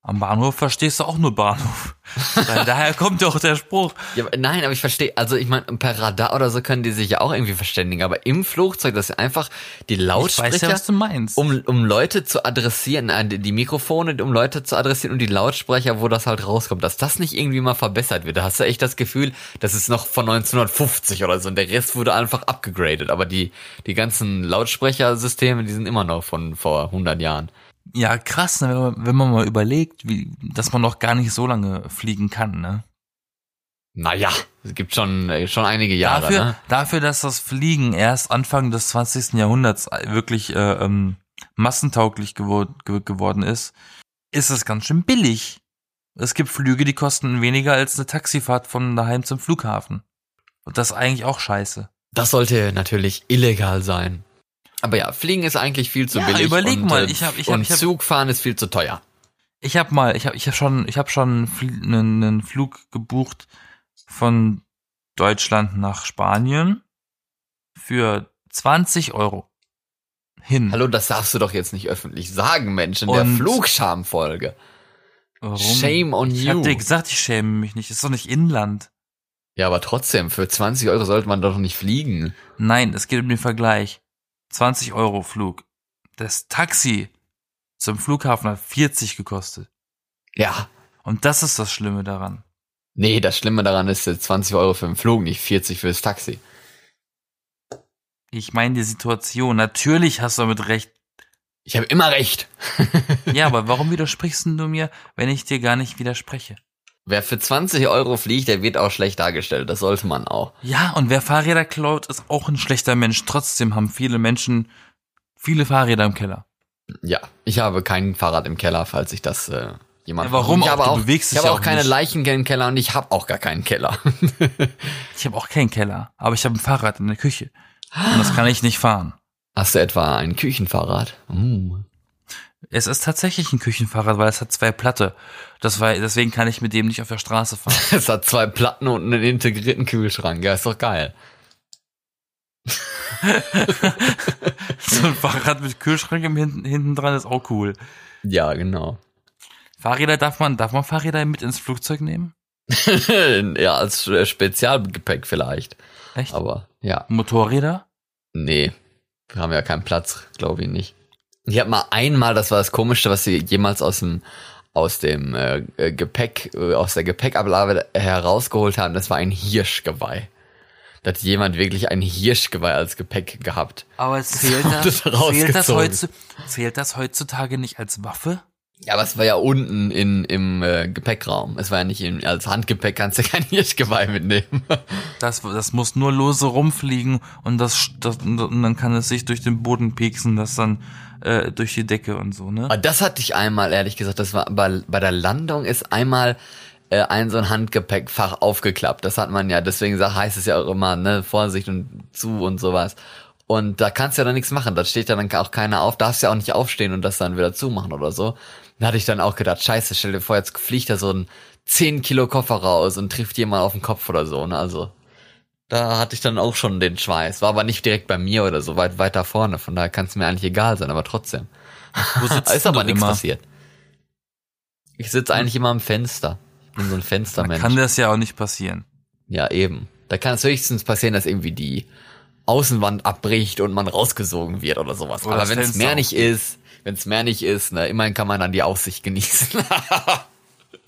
[SPEAKER 2] Am Bahnhof verstehst du auch nur Bahnhof. Weil Daher kommt ja auch der Spruch.
[SPEAKER 1] Ja, aber, nein, aber ich verstehe, also ich meine, per Radar oder so können die sich ja auch irgendwie verständigen, aber im Flugzeug, dass einfach die
[SPEAKER 2] Ich
[SPEAKER 1] Lautsprecher,
[SPEAKER 2] weiß ja, was du meinst.
[SPEAKER 1] um, um Leute zu adressieren, äh, die die Mikrofone, um Leute zu adressieren und die Lautsprecher, wo das halt rauskommt, dass das nicht irgendwie mal verbessert wird. Da hast du echt das Gefühl, das ist noch von 1950 oder so und der Rest wurde einfach abgegradet, aber die, die ganzen Lautsprechersysteme, die sind immer noch von vor 100 Jahren.
[SPEAKER 2] Ja, krass, ne, wenn, man, wenn man mal überlegt, wie, dass man noch gar nicht so lange fliegen kann, ne?
[SPEAKER 1] Naja, es gibt schon, äh, schon einige Jahre,
[SPEAKER 2] dafür,
[SPEAKER 1] ne?
[SPEAKER 2] dafür, dass das Fliegen erst Anfang des 20. Jahrhunderts wirklich äh, ähm, massentauglich gewor ge geworden ist, ist es ganz schön billig. Es gibt Flüge, die kosten weniger als eine Taxifahrt von daheim zum Flughafen. Und das ist eigentlich auch scheiße.
[SPEAKER 1] Das sollte natürlich illegal sein. Aber ja, Fliegen ist eigentlich viel zu
[SPEAKER 2] Ja,
[SPEAKER 1] billig.
[SPEAKER 2] überleg
[SPEAKER 1] und,
[SPEAKER 2] mal,
[SPEAKER 1] äh,
[SPEAKER 2] ich hab- ich hab-
[SPEAKER 1] und
[SPEAKER 2] ich hab-
[SPEAKER 1] Zugfahren ist viel zu teuer.
[SPEAKER 2] Ich habe mal, ich habe ich hab schon, ich habe schon fl- einen, einen Flug gebucht von Deutschland nach Spanien für 20 Euro hin.
[SPEAKER 1] Hallo, das darfst du doch jetzt nicht öffentlich sagen, Mensch, in der
[SPEAKER 2] Und-
[SPEAKER 1] Flugschamfolge.
[SPEAKER 2] Warum?
[SPEAKER 1] Shame on
[SPEAKER 2] Ich
[SPEAKER 1] you.
[SPEAKER 2] hab dir gesagt, ich schäme mich nicht. Ist doch nicht Inland.
[SPEAKER 1] Ja, aber trotzdem, für 20 Euro sollte man doch nicht fliegen.
[SPEAKER 2] Nein, es geht um den Vergleich. 20 Euro Flug. Das Taxi zum Flughafen hat 40 gekostet.
[SPEAKER 1] Ja.
[SPEAKER 2] Und das ist das Schlimme daran.
[SPEAKER 1] Nee, das Schlimme daran ist jetzt 20 Euro für den Flug, nicht 40 fürs Taxi.
[SPEAKER 2] Ich meine die Situation. Natürlich hast du damit recht.
[SPEAKER 1] Ich habe immer recht.
[SPEAKER 2] Ja, aber warum widersprichst denn du mir, wenn ich dir gar nicht widerspreche?
[SPEAKER 1] Wer für 20 Euro fliegt, der wird auch schlecht dargestellt. Das sollte man auch.
[SPEAKER 2] Ja, und wer Fahrräder klaut, ist auch ein schlechter Mensch. Trotzdem haben viele Menschen viele Fahrräder im Keller.
[SPEAKER 1] Ja, ich habe kein Fahrrad im Keller, falls ich das äh, jemand.
[SPEAKER 2] Ja, warum
[SPEAKER 1] ich
[SPEAKER 2] auch?
[SPEAKER 1] habe
[SPEAKER 2] Du
[SPEAKER 1] auch, ich
[SPEAKER 2] bewegst dich
[SPEAKER 1] habe
[SPEAKER 2] ja
[SPEAKER 1] auch
[SPEAKER 2] auch
[SPEAKER 1] keine
[SPEAKER 2] nicht.
[SPEAKER 1] Leichen im Keller und ich habe auch gar keinen Keller.
[SPEAKER 2] Ich habe auch keinen Keller, aber ich habe ein Fahrrad in der Küche. Und das kann ich nicht fahren.
[SPEAKER 1] Hast du etwa ein Küchenfahrrad? Mm.
[SPEAKER 2] Es ist tatsächlich ein Küchenfahrrad, weil es hat zwei Platte. Das war, deswegen kann ich mit dem nicht auf der Straße fahren.
[SPEAKER 1] Es hat zwei Platten und einen integrierten Kühlschrank. Ja, ist doch geil.
[SPEAKER 2] so ein Fahrrad mit Kühlschrank im hinten, hinten dran ist auch cool.
[SPEAKER 1] Ja, genau.
[SPEAKER 2] Fahrräder darf man, darf man Fahrräder mit ins Flugzeug nehmen?
[SPEAKER 1] ja, als äh, Spezialgepäck vielleicht.
[SPEAKER 2] Echt?
[SPEAKER 1] Aber ja,
[SPEAKER 2] Motorräder?
[SPEAKER 1] nee. Wir haben ja keinen Platz, glaube ich nicht. Ich habe mal einmal, das war das Komischste, was sie jemals aus dem aus dem äh, äh, Gepäck, äh, aus der Gepäckablage herausgeholt haben, das war ein Hirschgeweih. Da hat jemand wirklich ein Hirschgeweih als Gepäck gehabt.
[SPEAKER 2] Aber zählt das,
[SPEAKER 1] Das wurde
[SPEAKER 2] zählt, das
[SPEAKER 1] rausgezogen.
[SPEAKER 2] heutzu, zählt das heutzutage nicht als Waffe?
[SPEAKER 1] Ja, aber es war ja unten in, im äh, Gepäckraum. Es war ja nicht in, als Handgepäck kannst du kein Hirschgeweih mitnehmen.
[SPEAKER 2] Das, das muss nur lose rumfliegen und das, das und dann kann es sich durch den Boden pieksen, das dann äh, durch die Decke und so, ne?
[SPEAKER 1] Aber Ah, das hatte ich einmal, ehrlich gesagt, das war bei, bei der Landung ist einmal äh, ein so ein Handgepäckfach aufgeklappt. Das hat man ja, deswegen sagt, heißt es ja auch immer, ne, Vorsicht und zu und sowas. Und da kannst du ja dann nichts machen. Da steht ja dann auch keiner auf, darfst ja auch nicht aufstehen und das dann wieder zumachen oder so. Da hatte ich dann auch gedacht, scheiße, stell dir vor, jetzt fliegt da so ein 10 Kilo Koffer raus und trifft jemand auf den Kopf oder so, ne? Also. Da hatte ich dann auch schon den Schweiß. War aber nicht direkt bei mir oder so, weit weiter vorne. Von daher kann es mir eigentlich egal sein, aber trotzdem.
[SPEAKER 2] Wo sitzt
[SPEAKER 1] Ist aber
[SPEAKER 2] du
[SPEAKER 1] nichts
[SPEAKER 2] immer?
[SPEAKER 1] passiert. Ich sitze eigentlich immer am Fenster. Ich bin so ein Fenstermensch.
[SPEAKER 2] Kann das ja auch nicht passieren.
[SPEAKER 1] ja, eben. Da kann es höchstens passieren, dass irgendwie die Außenwand abbricht und man rausgesogen wird oder sowas.
[SPEAKER 2] Oder
[SPEAKER 1] aber
[SPEAKER 2] das
[SPEAKER 1] wenn es
[SPEAKER 2] Fenster
[SPEAKER 1] mehr nicht ist, wenn es mehr nicht ist, ne, immerhin kann man dann die Aussicht genießen.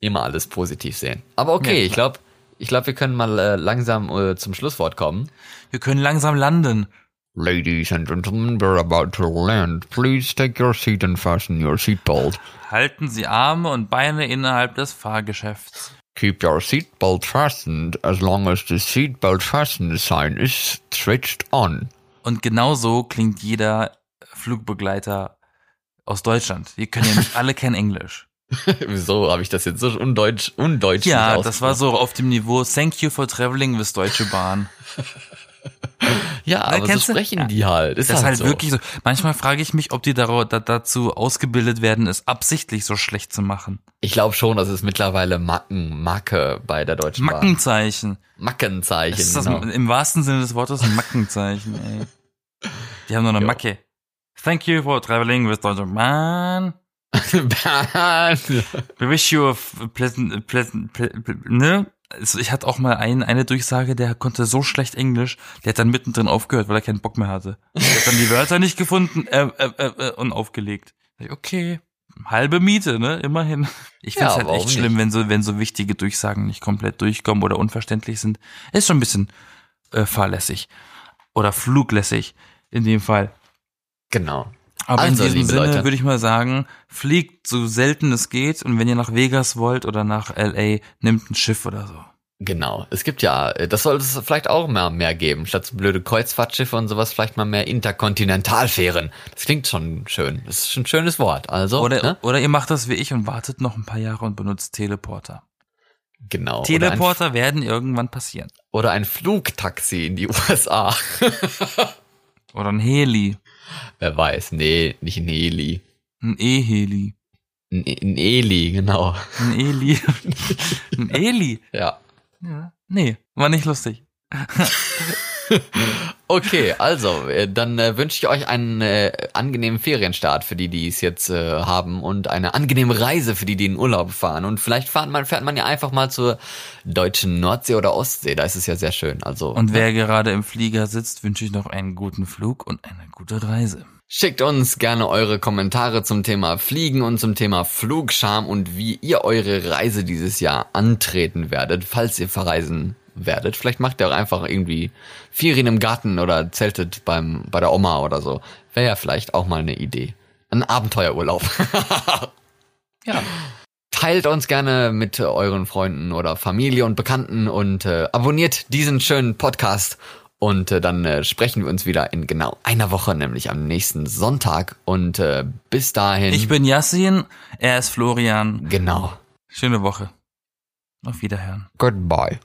[SPEAKER 1] Immer alles positiv sehen. Aber okay,
[SPEAKER 2] Ja,
[SPEAKER 1] ich glaube, ich glaube, wir können mal äh, langsam äh, zum Schlusswort kommen.
[SPEAKER 2] Wir können langsam landen.
[SPEAKER 3] Ladies and gentlemen, we're about to land. Please take your seat and fasten your seatbelt.
[SPEAKER 2] Halten Sie Arme und Beine innerhalb des Fahrgeschäfts.
[SPEAKER 3] Keep your seatbelt fastened as long as the seatbelt fastened sign is switched on.
[SPEAKER 2] Und genauso klingt jeder Flugbegleiter aus Deutschland. Wir können ja nicht alle kennen Englisch.
[SPEAKER 1] Wieso habe ich das jetzt so undeutsch, undeutsch
[SPEAKER 2] Ja,
[SPEAKER 1] nicht
[SPEAKER 2] das war so auf dem Niveau Thank you for traveling with Deutsche Bahn.
[SPEAKER 1] Ja,
[SPEAKER 2] Na,
[SPEAKER 1] aber so
[SPEAKER 2] kennst du?
[SPEAKER 1] sprechen
[SPEAKER 2] Ja.
[SPEAKER 1] die halt. Ist
[SPEAKER 2] Das ist halt
[SPEAKER 1] so.
[SPEAKER 2] wirklich so. Manchmal frage ich mich, ob die daro- da, dazu ausgebildet werden, es absichtlich so schlecht zu machen.
[SPEAKER 1] Ich glaube schon, das ist mittlerweile Macken, Macke bei der Deutschen Bahn.
[SPEAKER 2] Mackenzeichen.
[SPEAKER 1] Mackenzeichen.
[SPEAKER 2] Ist das
[SPEAKER 1] genau.
[SPEAKER 2] im wahrsten Sinne des Wortes ein Mackenzeichen, ey. Die haben nur eine
[SPEAKER 1] Jo.
[SPEAKER 2] Macke. Thank you for traveling with Deutsche Bahn.
[SPEAKER 1] Bernd.
[SPEAKER 2] We wish you a f- pleasant, pleasant, ple- ple- ne? Also ich hatte auch mal einen, eine Durchsage, der konnte so schlecht Englisch, der hat dann mittendrin aufgehört, weil er keinen Bock mehr hatte. Der hat dann die Wörter nicht gefunden äh, äh, äh, äh, und aufgelegt. Da ich, Okay, halbe Miete, ne? Immerhin. Ich
[SPEAKER 1] Ja,
[SPEAKER 2] finde es halt
[SPEAKER 1] aber
[SPEAKER 2] echt
[SPEAKER 1] auch
[SPEAKER 2] schlimm,
[SPEAKER 1] nicht.
[SPEAKER 2] wenn so, wenn so wichtige Durchsagen nicht komplett durchkommen oder unverständlich sind. Ist schon ein bisschen äh, fahrlässig. Oder fluglässig in dem Fall.
[SPEAKER 1] Genau.
[SPEAKER 2] Aber
[SPEAKER 1] Also,
[SPEAKER 2] in diesem
[SPEAKER 1] liebe
[SPEAKER 2] Sinne
[SPEAKER 1] Leute.
[SPEAKER 2] würde ich mal sagen, fliegt so selten es geht und wenn ihr nach Vegas wollt oder nach LA, nehmt ein Schiff oder so.
[SPEAKER 1] Genau. Es gibt ja, äh, das sollte es vielleicht auch mal mehr geben. Statt so blöde Kreuzfahrtschiffe und sowas vielleicht mal mehr Interkontinentalfähren. Das klingt schon schön. Das ist ein schönes Wort. Also,
[SPEAKER 2] Oder,
[SPEAKER 1] ne?
[SPEAKER 2] oder ihr macht das wie ich und wartet noch ein paar Jahre und benutzt Teleporter.
[SPEAKER 1] genau. Oder ein,
[SPEAKER 2] Teleporter werden irgendwann passieren.
[SPEAKER 1] oder ein Flugtaxi in die USA.
[SPEAKER 2] Oder ein Heli,
[SPEAKER 1] Wer weiß. Nee, nicht ein Heli.
[SPEAKER 2] ein E-Heli,
[SPEAKER 1] Ein, ein Eli, genau.
[SPEAKER 2] ein Eli, ein Eli.
[SPEAKER 1] Ja.
[SPEAKER 2] Ja. Nee, war nicht lustig.
[SPEAKER 1] Okay, also, äh, dann äh, wünsche ich euch einen äh, angenehmen Ferienstart für die, die es jetzt äh, haben und eine angenehme Reise für die, die in Urlaub fahren. Und vielleicht fährt man, fährt man ja einfach mal zur deutschen Nordsee oder Ostsee, da ist es ja sehr schön. Also
[SPEAKER 2] Und wer gerade im Flieger sitzt, wünsche ich noch einen guten Flug und eine gute Reise.
[SPEAKER 1] schickt uns gerne eure Kommentare zum Thema Fliegen und zum Thema Flugscham und wie ihr eure Reise dieses Jahr antreten werdet, falls ihr verreisen werdet. Vielleicht macht ihr auch einfach irgendwie Ferien im Garten oder zeltet beim, bei der Oma oder so. Wäre ja vielleicht auch mal eine Idee. Ein Abenteuerurlaub.
[SPEAKER 2] Ja.
[SPEAKER 1] Teilt uns gerne mit äh, euren Freunden oder Familie und Bekannten und äh, abonniert diesen schönen Podcast. Und äh, dann äh, sprechen wir uns wieder in genau einer Woche, nämlich am nächsten Sonntag. Und äh, bis dahin.
[SPEAKER 2] Ich bin Yassin, er ist Florian.
[SPEAKER 1] genau.
[SPEAKER 2] Schöne Woche. Auf Wiederhören.
[SPEAKER 1] Goodbye.